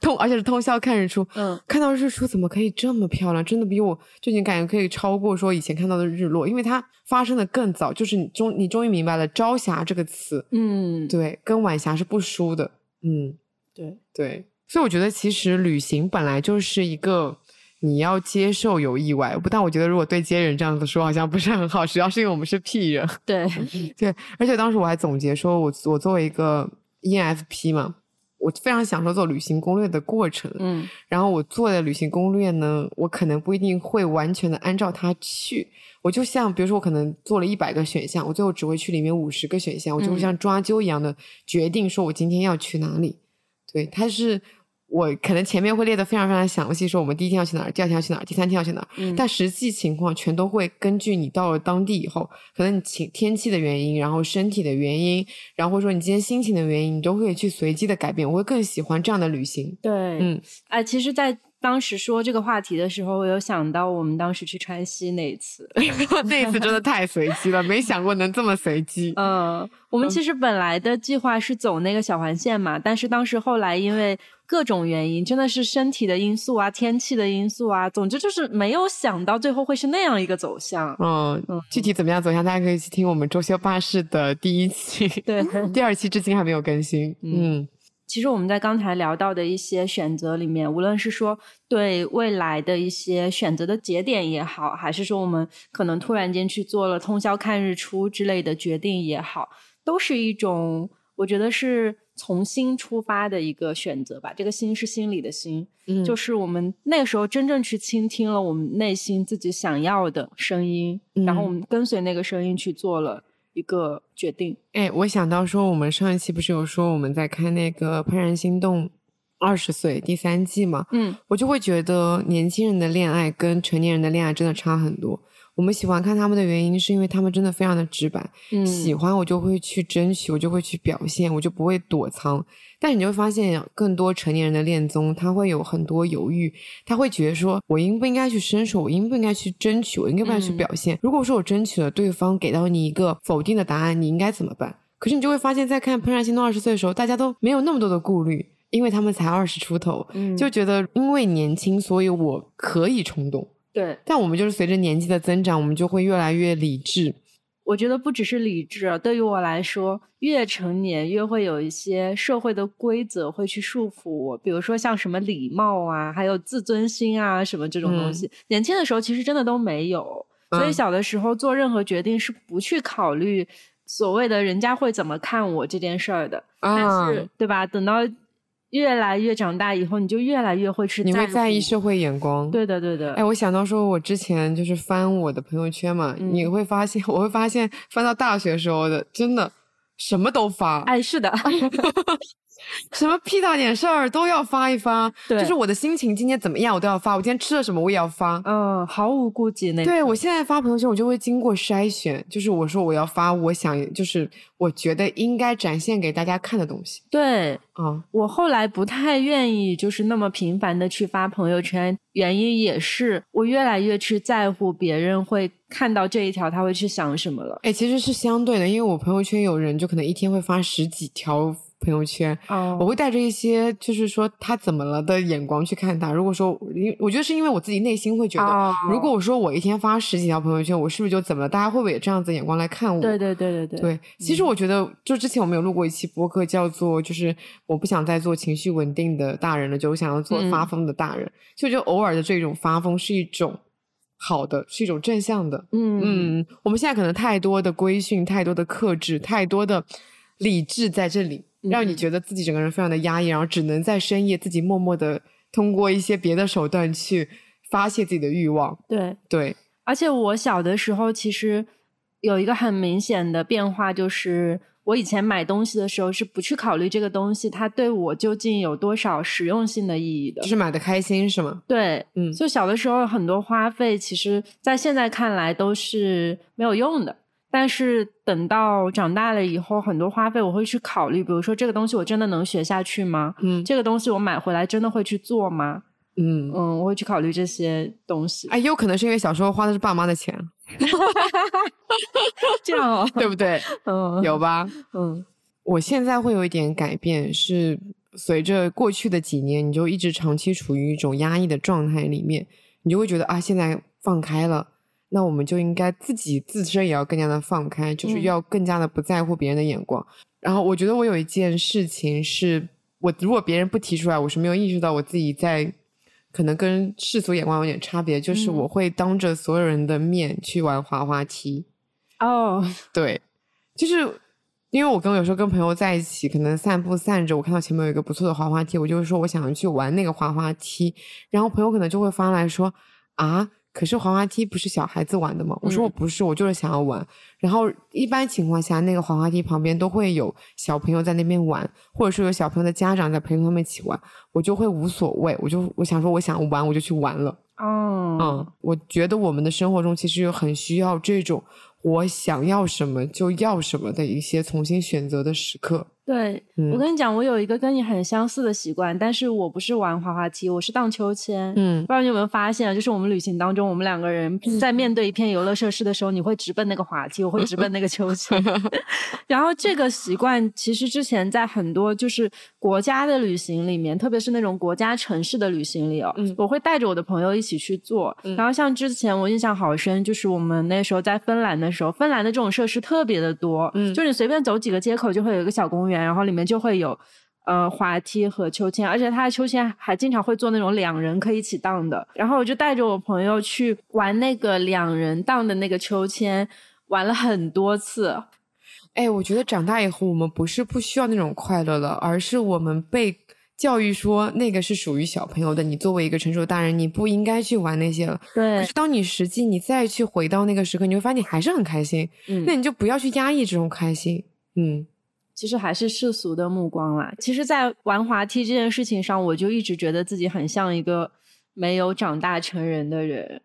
通而且是通宵看日出。
嗯，
看到日出怎么可以这么漂亮？真的比我就已经感觉可以超过说以前看到的日落，因为它发生的更早。就是你终你终于明白了“朝霞”这个词，
嗯，
对，跟晚霞是不输的。嗯，
对，
对，所以我觉得其实旅行本来就是一个你要接受有意外，不但我觉得如果对接人这样子说好像不是很好，主要是因为我们是 P 人。
对，
对，而且当时我还总结说我，我作为一个 E ENFP 嘛，我非常享受做旅行攻略的过程。
嗯
然后我做的旅行攻略呢，我可能不一定会完全的按照它去。我就像比如说，我可能做了一百个选项，我最后只会去里面五十个选项，我就会
嗯
像抓阄一样的决定说我今天要去哪里。对，它是我可能前面会列得非常非常详细，说我们第一天要去哪儿，第二天要去哪儿，第三天要去哪儿。
嗯，
但实际情况全都会根据你到了当地以后，可能你情天气的原因，然后身体的原因，然后或者说你今天心情的原因，你都会去随机的改变。我会更喜欢这样的旅行。
对，
嗯，
哎，其实，在当时说这个话题的时候，我有想到我们当时去川西那一次。
那一次真的太随机了，没想过能这么随机。
嗯，我们其实本来的计划是走那个小环线嘛，但是当时后来因为各种原因，真的是身体的因素啊、天气的因素啊，总之就是没有想到最后会是那样一个走向。
嗯，具体怎么样走向，大家可以去听我们周休巴士的第一 期，
对，
第二期至今还没有更新。
嗯
嗯
其实我们在刚才聊到的一些选择里面，无论是说对未来的一些选择的节点也好，还是说我们可能突然间去做了通宵看日出之类的决定也好，都是一种我觉得是从心出发的一个选择吧。这个心是心里的心，
嗯
就是我们那个时候真正去倾听了我们内心自己想要的声音，然后
嗯
我们跟随那个声音去做了一个决定。
哎，我想到说，我们上一期不是有说我们在看那个《怦然心动》二十岁第三季嘛？
嗯
我就会觉得年轻人的恋爱跟成年人的恋爱真的差很多。我们喜欢看他们的原因，是因为他们真的非常的直白。
嗯
喜欢我就会去争取，我就会去表现，我就不会躲藏。但你就会发现，更多成年人的恋综，他会有很多犹豫，他会觉得说，我应不应该去伸手，我应不应该去争取，我应该不应该去
嗯
表现。如果说我争取了，对方给到你一个否定的答案，你应该怎么办？可是你就会发现，在看《怦然心动二十岁》的时候，大家都没有那么多的顾虑，因为他们才二十出头，
嗯
就觉得因为年轻，所以我可以冲动。
对。
但我们就是随着年纪的增长，我们就会越来越理智。
我觉得不只是理智啊，对于我来说，越成年越会有一些社会的规则会去束缚我，比如说像什么礼貌啊，还有自尊心啊，什么这种东
嗯
西。年轻的时候其实真的都没有，所以
嗯
小的时候做任何决定是不去考虑所谓的人家会怎么看我这件事儿的。但
啊
是，对吧？等到越来越长大以后，你就越来越会去
你会在意
乎
社会眼光。
对的，对的。
哎，我想到说，我之前就是翻我的朋友圈嘛，
嗯
你会发现， 我会发现翻到大学时候的，真的什么都发，
哎，是的，
什么屁大点事儿都要发一发，
对
就是我的心情今天怎么样我都要发，我今天吃了什么我也要发。
嗯，毫无顾忌那
对
种
我现在发朋友圈，我就会经过筛选，就是我说我要发我想，就是我觉得应该展现给大家看的东西
对
啊。
我后来不太愿意就是那么频繁的去发朋友圈，原因也是我越来越去在乎别人会看到这一条他会去想什么了。
哎，其实是相对的，因为我朋友圈有人就可能一天会发十几条朋友圈，
哦
我会带着一些就是说他怎么了的眼光去看他。如果说，因为我觉得是因为我自己内心会觉得，
哦
如果我说我一天发十几条朋友圈，我是不是就怎么了？大家会不会也这样子眼光来看我？
对对对对对，嗯
对，其实我觉得，就之前我们有录过一期播客，叫做就是我不想再做情绪稳定的大人了，就我想要做发
嗯
疯的大人。所以就偶尔的这种发疯是一种好的，是一种正向的。
嗯
嗯，我们现在可能太多的规训，太多的克制，太多的理智在这里，让你
嗯
觉得自己整个人非常的压抑，然后只能在深夜自己默默的通过一些别的手段去发泄自己的欲望。
对，
对，
而且我小的时候其实有一个很明显的变化，就是我以前买东西的时候是不去考虑这个东西它对我究竟有多少实用性的意义的
就。是买的开心是吗？
对，
嗯
就小的时候很多花费，其实在现在看来都是没有用的。但是等到长大了以后，很多花费我会去考虑，比如说这个东西我真的能学下去吗？
嗯
这个东西我买回来真的会去做吗？
嗯。
嗯，我会去考虑这些东西。
哎，有可能是因为小时候花的是爸妈的钱，
这样 哦，
对 不对？
嗯，
有吧？
嗯，
我现在会有一点改变，是随着过去的几年，你就一直长期处于一种压抑的状态里面，你就会觉得啊，现在放开了，那我们就应该自己自身也要更加的放开，就是
嗯
要更加的不在乎别人的眼光。然后我觉得我有一件事情是，我如果别人不提出来，我是没有意识到我自己在可能跟世俗眼光有点差别，就是
嗯
我会当着所有人的面去玩滑滑梯。
哦，
对，就是因为我跟我有时候跟朋友在一起，可能散步散着，我看到前面有一个不错的滑滑梯，我就会说我想要去玩那个滑滑梯，然后朋友可能就会发来说啊，可是滑滑梯不是小孩子玩的吗？我说我
嗯
不是，我就是想要玩。然后一般情况下，那个滑滑梯旁边都会有小朋友在那边玩，或者是有小朋友的家长在陪他们一起玩，我就会无所谓，我就我想说我想玩，我就去玩了。
哦，
嗯，我觉得我们的生活中其实有很需要这种我想要什么就要什么的一些重新选择的时刻。
对，
嗯
我跟你讲，我有一个跟你很相似的习惯，但是我不是玩滑滑梯，我是荡秋千。
嗯
不，知道你有没有发现啊，就是我们旅行当中，我们两个人在面对一片游乐设施的时候，你会直奔那个滑梯，我会直奔那个秋千。然后这个习惯其实之前在很多就是国家的旅行里面，特别是那种国家城市的旅行里哦，
嗯
我会带着我的朋友一起去做。
嗯
然后像之前我印象好深，就是我们那时候在芬兰的时候，芬兰的这种设施特别的多，
嗯
就你随便走几个街口就会有一个小公园，然后里面就会有。呃，滑梯和秋千，而且它的秋千还经常会做那种两人可以一起荡的。然后我就带着我朋友去玩那个两人荡的那个秋千，玩了很多次，
哎，我觉得长大以后，我们不是不需要那种快乐了，而是我们被教育说那个是属于小朋友的，你作为一个成熟大人，你不应该去玩那些了。可
对
是，当你实际你再去回到那个时刻，你会发现你还是很开心，
嗯
那你就不要去压抑这种开心。嗯
其实还是世俗的目光啦。其实，在玩滑梯这件事情上，我就一直觉得自己很像一个没有长大成人的人。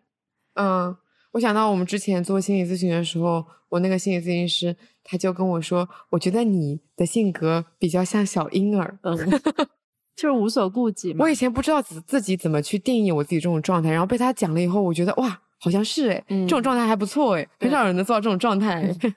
嗯，我想到我们之前做心理咨询的时候，我那个心理咨询师他就跟我说，我觉得你的性格比较像小婴儿。
嗯 就是无所顾忌嘛
我。以前不知道自自己怎么去定义我自己这种状态，然后被他讲了以后，我觉得哇，好像是哎、
嗯
这种状态还不错哎，
对
很少有人能做到这种状态 诶，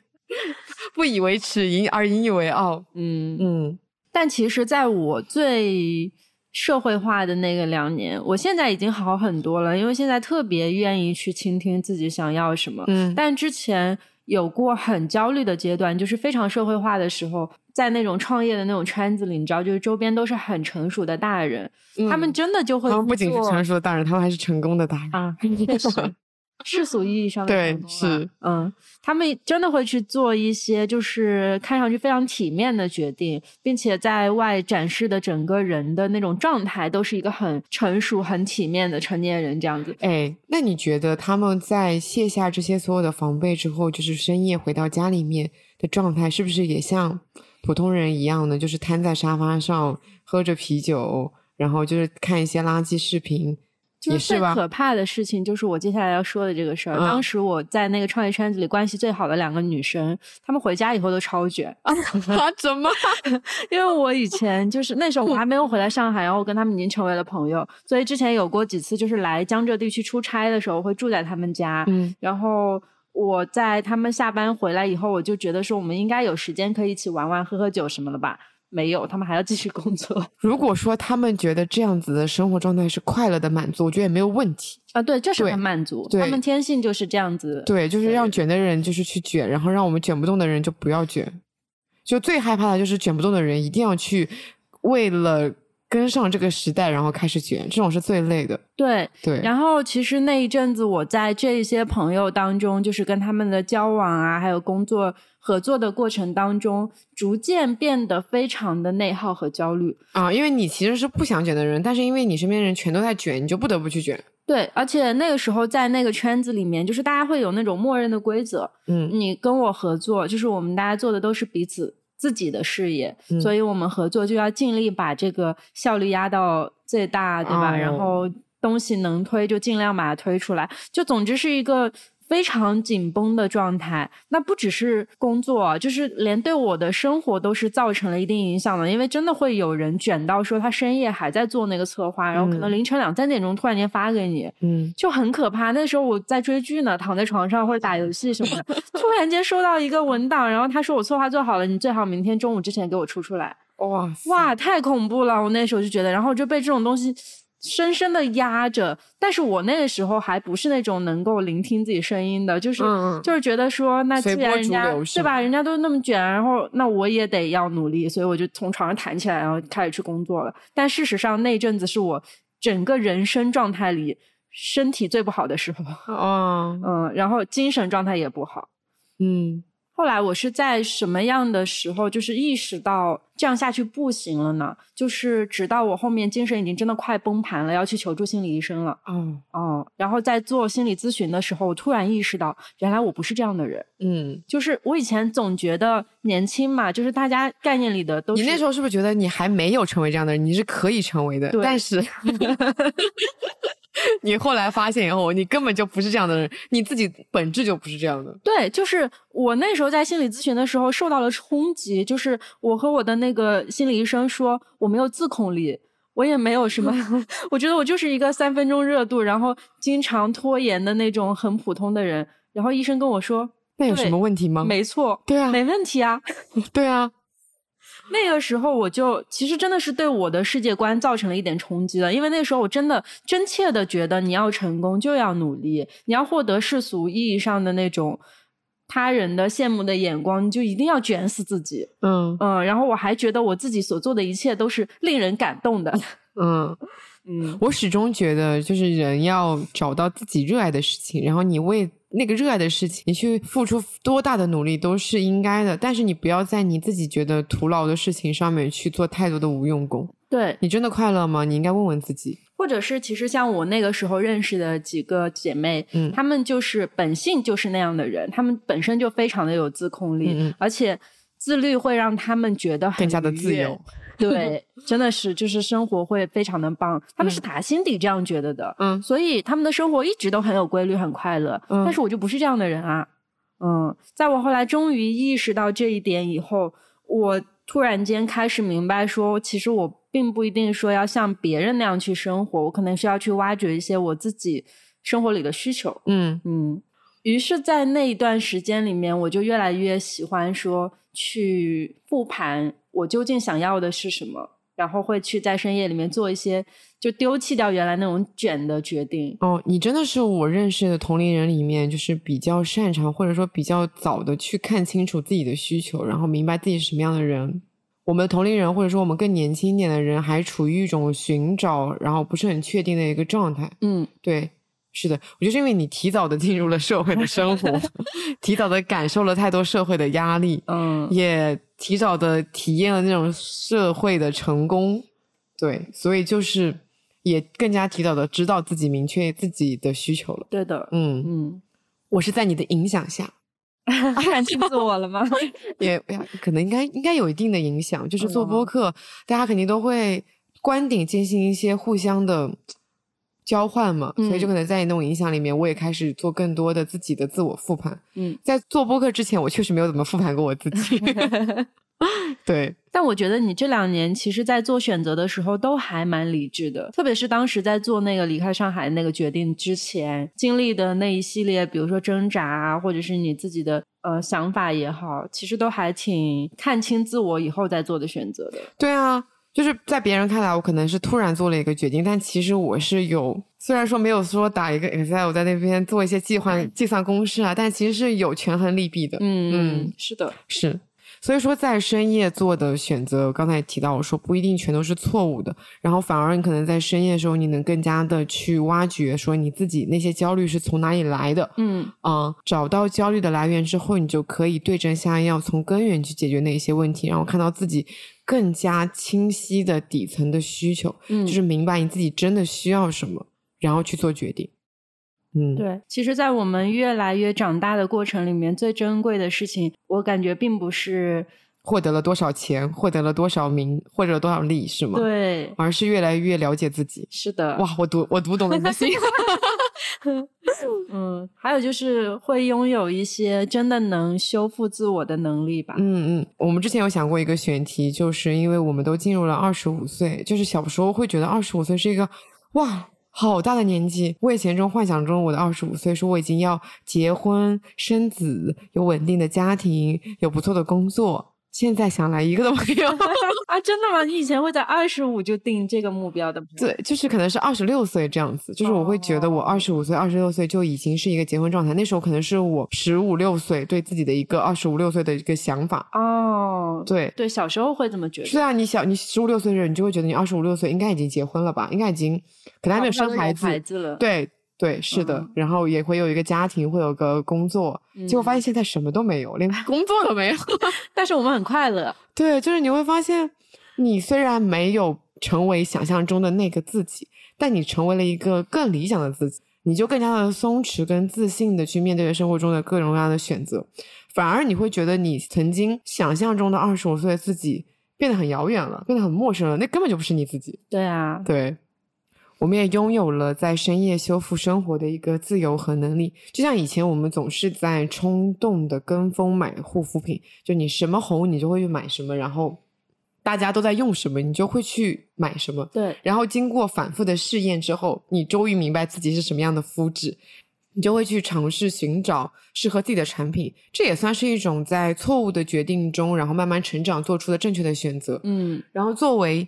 不以为耻，引而引以为傲。
嗯
嗯，
但其实，在我最社会化的那个两年，我现在已经好很多了，因为现在特别愿意去倾听自己想要什么。
嗯
但之前有过很焦虑的阶段，就是非常社会化的时候，在那种创业的那种圈子里，你知道，就是周边都是很成熟的大人，他们真的就会
嗯他们不
去
仅是
做
成熟的大人，他们还是成功的大人。
啊，确实，世俗意义上的
对
成功了
是，
嗯，他们真的会去做一些就是看上去非常体面的决定，并且在外展示的整个人的那种状态都是一个很成熟、很体面的成年人这样 子。
哎，那你觉得他们在卸下这些所有的防备之后，就是深夜回到家里面的状态，是不是也像普通人一样呢？就是瘫在沙发上，喝着啤酒，然后就是看一些垃圾视频，
就
也
是最
吧？
可怕的事情，就是我接下来要说的这个事儿。
嗯
当时我在那个创业圈子里关系最好的两个女生，她们回家以后都超卷，
啊， 怎么？
因为我以前就是那时候我还没有回来上海，然后我跟他们已经成为了朋友，所以之前有过几次就是来江浙地区出差的时候会住在他们家，
嗯
然后我在他们下班回来以后，我就觉得说我们应该有时间可以一起玩玩、喝喝酒什么的吧。没有，他们还要继续工作
如果说他们觉得这样子的生活状态是快乐的满足，我觉得也没有问题。
啊！对，这是
对
很满足，
对
他们天性就是这样子。
对，就是
对
让卷的人就是去卷，然后让我们卷不动的人就不要卷。就最害怕的就是卷不动的人一定要去为了跟上这个时代，然后开始卷，这种是最累的。
对，
对，
然后其实那一阵子，我在这些朋友当中，就是跟他们的交往啊，还有工作合作的过程当中，逐渐变得非常的内耗和焦虑。
啊，因为你其实是不想卷的人，但是因为你身边的人全都在卷，你就不得不去卷。
对，而且那个时候在那个圈子里面，就是大家会有那种默认的规则，
嗯
你跟我合作，就是我们大家做的都是彼此自己的事业，
嗯
所以我们合作就要尽力把这个效率压到最大，对吧？然
哦
后东西能推就尽量把它推出来，就总之是一个。非常紧绷的状态，那不只是工作啊，就是连对我的生活都是造成了一定影响的。因为真的会有人卷到说他深夜还在做那个策划，然后可能
嗯
凌晨两三点钟突然间发给你，
嗯，
就很可怕。那时候我在追剧呢，躺在床上或者打游戏什么的，突然间收到一个文档，然后他说我策划做好了，你最好明天中午之前给我出出来。
哇塞，
哇，太恐怖了！我那时候就觉得，然后就被这种东西深深的压着。但是我那个时候还不是那种能够聆听自己声音的，就是、
嗯嗯
就是觉得说，那既
随
然
波
人
逐
家
流是
对
吗
吧，人家都那么卷，然后那我也得要努力，所以我就从床上弹起来，然后开始去工作了。但事实上，那阵子是我整个人生状态里身体最不好的时候，
哦，
嗯，然后精神状态也不好。
嗯
后来我是在什么样的时候，就是意识到这样下去不行了呢？就是直到我后面精神已经真的快崩盘了，要去求助心理医生了。
哦，
哦，然后在做心理咨询的时候，我突然意识到，原来我不是这样的人。
嗯，
就是我以前总觉得年轻嘛，就是大家概念里的都
你
是
那时候是不是觉得你还没有成为这样的人？你是可以成为的，
对
但是你后来发现以后，你根本就不是这样的人，你自己本质就不是这样的。
对，就是我那时候在心理咨询的时候受到了冲击，就是我和我的那个心理医生说，我没有自控力，我也没有什 么，我觉得我就是一个三分钟热度，然后经常拖延的那种很普通的人。然后医生跟我说，
那有什
对
么问题吗？
没错，
对啊，
没问题啊。
对啊，
那个时候我就其实真的是对我的世界观造成了一点冲击的，因为那时候我真的真切的觉得你要成功就要努力，你要获得世俗意义上的那种他人的羡慕的眼光，你就一定要卷死自己。
嗯
嗯，然后我还觉得我自己所做的一切都是令人感动的。
嗯，
嗯，
我始终觉得，就是人要找到自己热爱的事情，然后你为那个热爱的事情，你去付出多大的努力都是应该的。但是你不要在你自己觉得徒劳的事情上面去做太多的无用功。
对，
你真的快乐吗？你应该问问自己。
或者是其实像我那个时候认识的几个姐妹，
嗯
她们就是本性就是那样的人，她们本身就非常的有自控力，
嗯嗯
而且自律会让她们觉得很
更加的
愉
自
悦
由。
对，真的是就是生活会非常的棒。他们是打心底这样觉得的，
嗯
所以他们的生活一直都很有规律，很快乐。
嗯
但是我就不是这样的人啊，嗯，在我后来终于意识到这一点以后，我突然间开始明白说，其实我并不一定说要像别人那样去生活，我可能需要去挖掘一些我自己生活里的需求。
嗯
嗯，于是，在那一段时间里面，我就越来越喜欢说去复盘我究竟想要的是什么，然后会去在深夜里面做一些就丢弃掉原来那种卷的决定。
哦，你真的是我认识的同龄人里面，就是比较擅长或者说比较早的去看清楚自己的需求，然后明白自己是什么样的人。我们同龄人或者说我们更年轻一点的人，还处于一种寻找，然后不是很确定的一个状态。
嗯，
对，是的，我觉得是因为你提早的进入了社会的生活， 提早的感受了太多社会的压力，
嗯，
也提早的体验了那种社会的成功，对，所以就是也更加提早的知道自己明确自己的需求了。
对的，
嗯，
嗯，
我是在你的影响下，
感激自我了吗？
也也可能应该应该有一定的影响，就是做播
嗯
客，大家肯定都会观点进行一些互相的交换嘛，所以就
嗯
可能在你那种影响里面，我也开始做更多的自己的自我复盘。
嗯，
在做播客之前，我确实没有怎么复盘过我 自己。对，
但我觉得你这两年其实，在做选择的时候都还蛮理智的，特别是当时在做那个离开上海那个决定之前，经历的那一系列，比如说挣扎啊，或者是你自己的呃想法也好，其实都还挺看清自我以后再做的选择的。
对啊，就是在别人看来，我可能是突然做了一个决定，但其实我是有，虽然说没有说打一个 Excel 在那边做一些计算计算公式啊，但其实是有权衡利弊的。
嗯
嗯，
是的，
是。所以说，在深夜做的选择，刚才也提到，我说不一定全都是错误的，然后反而你可能在深夜的时候，你能更加的去挖掘，说你自己那些焦虑是从哪里来的，
嗯
嗯，找到焦虑的来源之后，你就可以对症下药，从根源去解决那一些问题，然后看到自己更加清晰的底层的需求，
嗯，
就是明白你自己真的需要什么，然后去做决定。嗯，，
对，其实，在我们越来越长大的过程里面，最珍贵的事情，我感觉并不是
获得了多少钱，获得了多少名，获得了多少利，是吗？，
对，
而是越来越了解自己。
是的，
哇，我读我读懂了你 的心。
嗯，还有就是会拥有一些真的能修复自我的能力吧。
嗯嗯，我们之前有想过一个选题，就是因为我们都进入了二十五岁，就是小时候会觉得二十五岁是一个哇好大的年纪。我以前中幻想中我的二十五岁是我已经要结婚生子，有稳定的家庭，有不错的工作。现在想来一个都没有，
啊，真的吗？你以前会在二十五就定这个目标的吗？
对，就是可能是二十六岁这样子，就是我会觉得我二十五岁、二十六岁就已经是一个结婚状态，那时候可能是我十五六岁对自己的一个二十五六岁的一个想法，
哦，
对，
对，小时候会这么觉得。
是啊，你小你十五六岁的时候，你就会觉得你二十五六岁应该已经结婚了吧？应该已经可能还没有
好像
生
有
孩
孩
子，
了。，
对对是的、
嗯
然后也会有一个家庭，会有个工作、结果发现现在什么都没有，连工作都没有。
嗯但是我们很快乐。
对，就是你会发现，你虽然没有成为想象中的那个自己，但你成为了一个更理想的自己，你就更加的松弛跟自信的去面对生活中的各种各样的选择，反而你会觉得你曾经想象中的二十五岁的自己变得很遥远了，变得很陌生了，那根本就不是你自己。
对啊，
对。我们也拥有了在深夜修复生活的一个自由和能力，就像以前我们总是在冲动的跟风买护肤品，就你什么红你就会去买什么，然后大家都在用什么，你就会去买什么。
对，
然后经过反复的试验之后，你终于明白自己是什么样的肤质，你就会去尝试寻找适合自己的产品。这也算是一种在错误的决定中，然后慢慢成长做出的正确的选择。
嗯
然后作为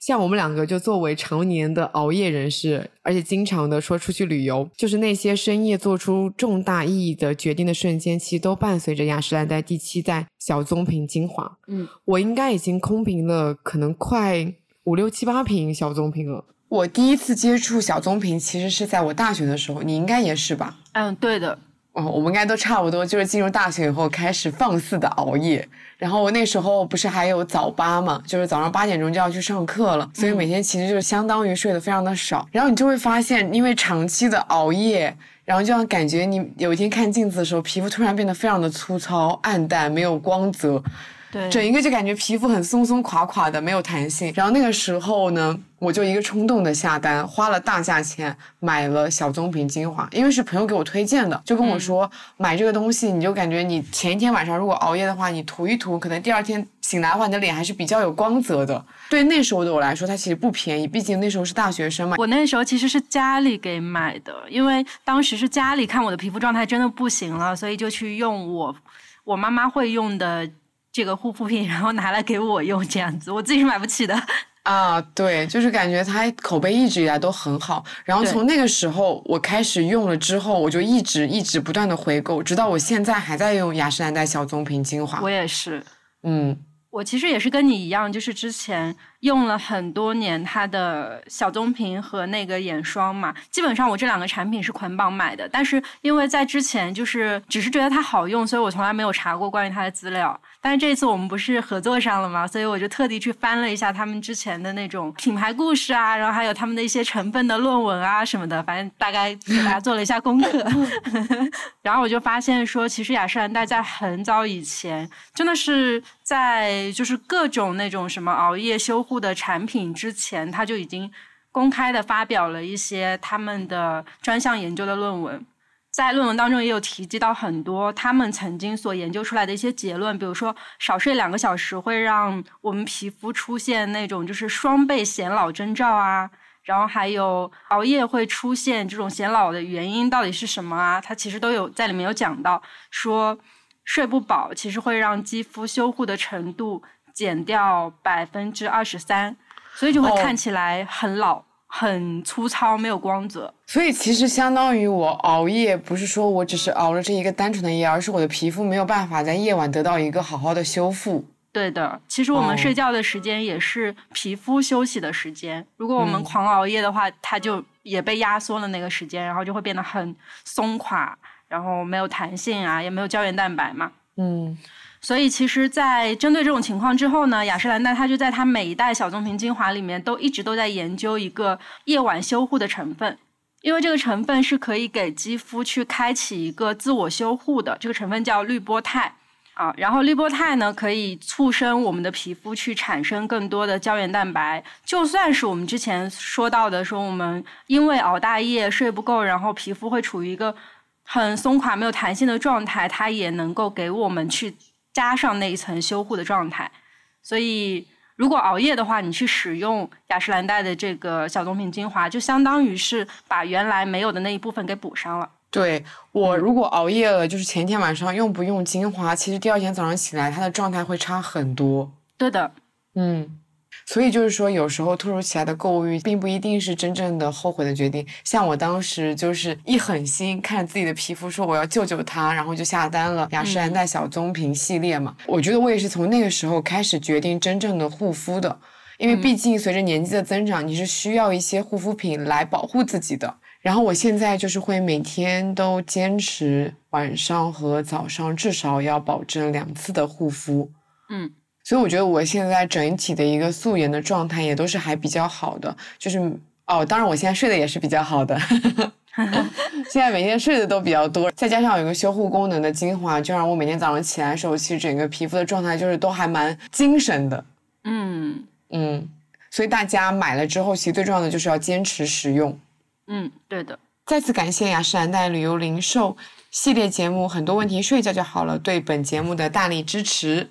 像我们两个，就作为常年的熬夜人士，而且经常的说出去旅游，就是那些深夜做出重大意义的决定的瞬间，其实都伴随着雅诗兰黛第七代小棕瓶精华。
嗯，
我应该已经空瓶了，可能快五六七八瓶小棕瓶了。我第一次接触小棕瓶，其实是在我大学的时候，你应该也是吧？
嗯，对的。
哦，我们应该都差不多，就是进入大学以后开始放肆的熬夜。然后我那时候不是还有早八嘛，就是早上八点钟就要去上课了，所以每天其实就是相当于睡得非常的少。然后你就会发现，因为长期的熬夜，然后就像感觉你有一天看镜子的时候，皮肤突然变得非常的粗糙、暗淡、没有光泽。
对，
整一个就感觉皮肤很松松垮垮的，没有弹性。然后那个时候呢，我就一个冲动的下单，花了大价钱买了小棕瓶精华，因为是朋友给我推荐的，就跟我说、买这个东西，你就感觉你前一天晚上如果熬夜的话，你涂一涂，可能第二天醒来的话，你的脸还是比较有光泽的。对那时候的我来说，它其实不便宜，毕竟那时候是大学生嘛。
我那时候其实是家里给买的，因为当时是家里看我的皮肤状态真的不行了，所以就去用我我妈妈会用的这个护肤品，然后拿来给我用，这样子我自己是买不起的。
啊，对，就是感觉它口碑一直以来都很好。然后
对
从那个时候我开始用了之后，我就一直一直不断的回购，直到我现在还在用雅诗兰黛小棕瓶精华
我。也是，
嗯，
我其实也是跟你一样，就是之前用了很多年它的小棕瓶和那个眼霜嘛，基本上我这两个产品是捆绑买的，但是因为在之前就是只是觉得它好用，所以我从来没有查过关于它的资料。但是这一次我们不是合作上了嘛，所以我就特地去翻了一下他们之前的那种品牌故事啊，然后还有他们的一些成分的论文啊什么的，反正大概给大家做了一下功课。 然后我就发现说，其实雅诗兰黛在很早以前，真的是在就是各种那种什么熬夜修护的产品之前，它就已经公开的发表了一些他们的专项研究的论文。在论文当中也有提及到很多他们曾经所研究出来的一些结论，比如说少睡两个小时会让我们皮肤出现那种就是双倍显老征兆啊，然后还有熬夜会出现这种显老的原因到底是什么啊？它其实都有在里面有讲到，说睡不饱其实会让肌肤修护的程度减掉百分之二十三，所以就会
哦
看起来很老、很粗糙、没有光泽。
所以其实相当于我熬夜，不是说我只是熬了这一个单纯的夜，而是我的皮肤没有办法在夜晚得到一个好好的修复。
对的，其实我们
哦
睡觉的时间也是皮肤休息的时间。如果我们
嗯
狂熬夜的话，它就也被压缩了那个时间，然后就会变得很松垮，然后没有弹性啊，也没有胶原蛋白嘛。
嗯，
所以其实，在针对这种情况之后呢，雅诗兰黛它就在它每一代小棕瓶精华里面都一直都在研究一个夜晚修护的成分，因为这个成分是可以给肌肤去开启一个自我修护的，这个成分叫滤波肽。啊，然后滤波肽呢，可以促生我们的皮肤去产生更多的胶原蛋白。就算是我们之前说到的，说我们因为熬大夜、睡不够，然后皮肤会处于一个很松垮、没有弹性的状态，它也能够给我们去加上那一层修护的状态。所以，如果熬夜的话，你去使用雅诗兰黛的这个小棕瓶精华，就相当于是把原来没有的那一部分给补上了。
对我如果熬夜了，就是前天晚上用不用精华，其实第二天早上起来它的状态会差很多。
对的，
嗯，所以就是说，有时候突如其来的购物欲，并不一定是真正的后悔的决定。像我当时就是一狠心，看着自己的皮肤说我要救救它，然后就下单了雅诗兰黛小棕瓶系列嘛。我觉得我也是从那个时候开始决定真正的护肤的，因为毕竟随着年纪的增长，你是需要一些护肤品来保护自己的。然后我现在就是会每天都坚持晚上和早上至少要保证两次的护肤。所以我觉得我现在整体的一个素颜的状态也都是还比较好的，就是哦，当然我现在睡得也是比较好的，现在每天睡得都比较多，再加上有一个修护功能的精华，就让我每天早上起来的时候，其实整个皮肤的状态就是都还蛮精神的，
嗯
嗯，所以大家买了之后，其实最重要的就是要坚持使用。
嗯，对的。
再次感谢雅诗兰黛旅游零售系列节目《很多问题睡觉就好了》对本节目的大力支持。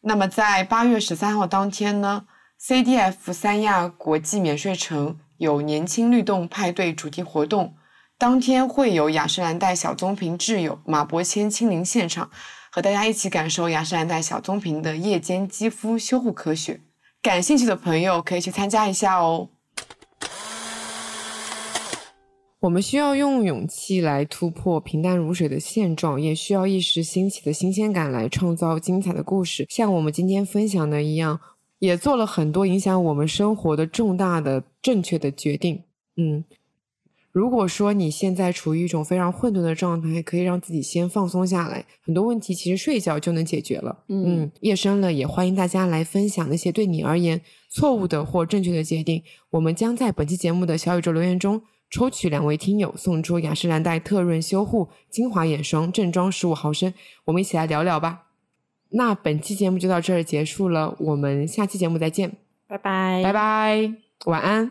那么在八月十三号当天呢，CDF 三亚国际免税城有年轻律动派对主题活动，当天会有雅诗兰黛小棕瓶挚友马伯骞亲临现场，和大家一起感受雅诗兰黛小棕瓶的夜间肌肤修护科学。感兴趣的朋友可以去参加一下哦。我们需要用勇气来突破平淡如水的现状，也需要一时兴起的新鲜感来创造精彩的故事。像我们今天分享的一样，也做了很多影响我们生活的重大的正确的决定。嗯，如果说你现在处于一种非常混沌的状态，可以让自己先放松下来，很多问题其实睡觉就能解决了。
嗯
夜深了也欢迎大家来分享那些对你而言错误的或正确的决定。我们将在本期节目的小宇宙留言中抽取两位听友，送出雅诗兰黛特润修护精华眼霜正装十五毫升。我们一起来聊聊吧。那本期节目就到这儿结束了，我们下期节目再见，
拜拜
拜拜，晚安。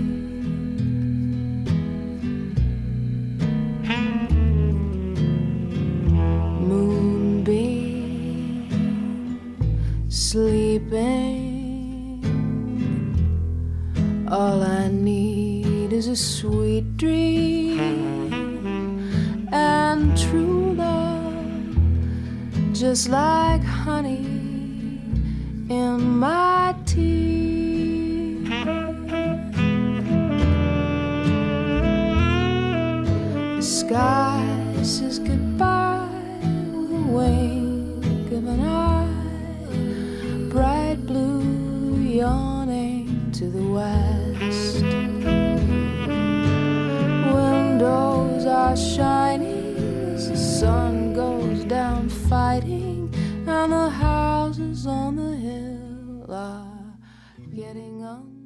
Moonbeam sleeping. All I need is a sweet dream and true love, just like honey in my tea. The sky says goodbye with a wink of an eye, bright blue yawning to the west. Windows are shining as the sun goes down fighting, and the houses on the hill are getting on.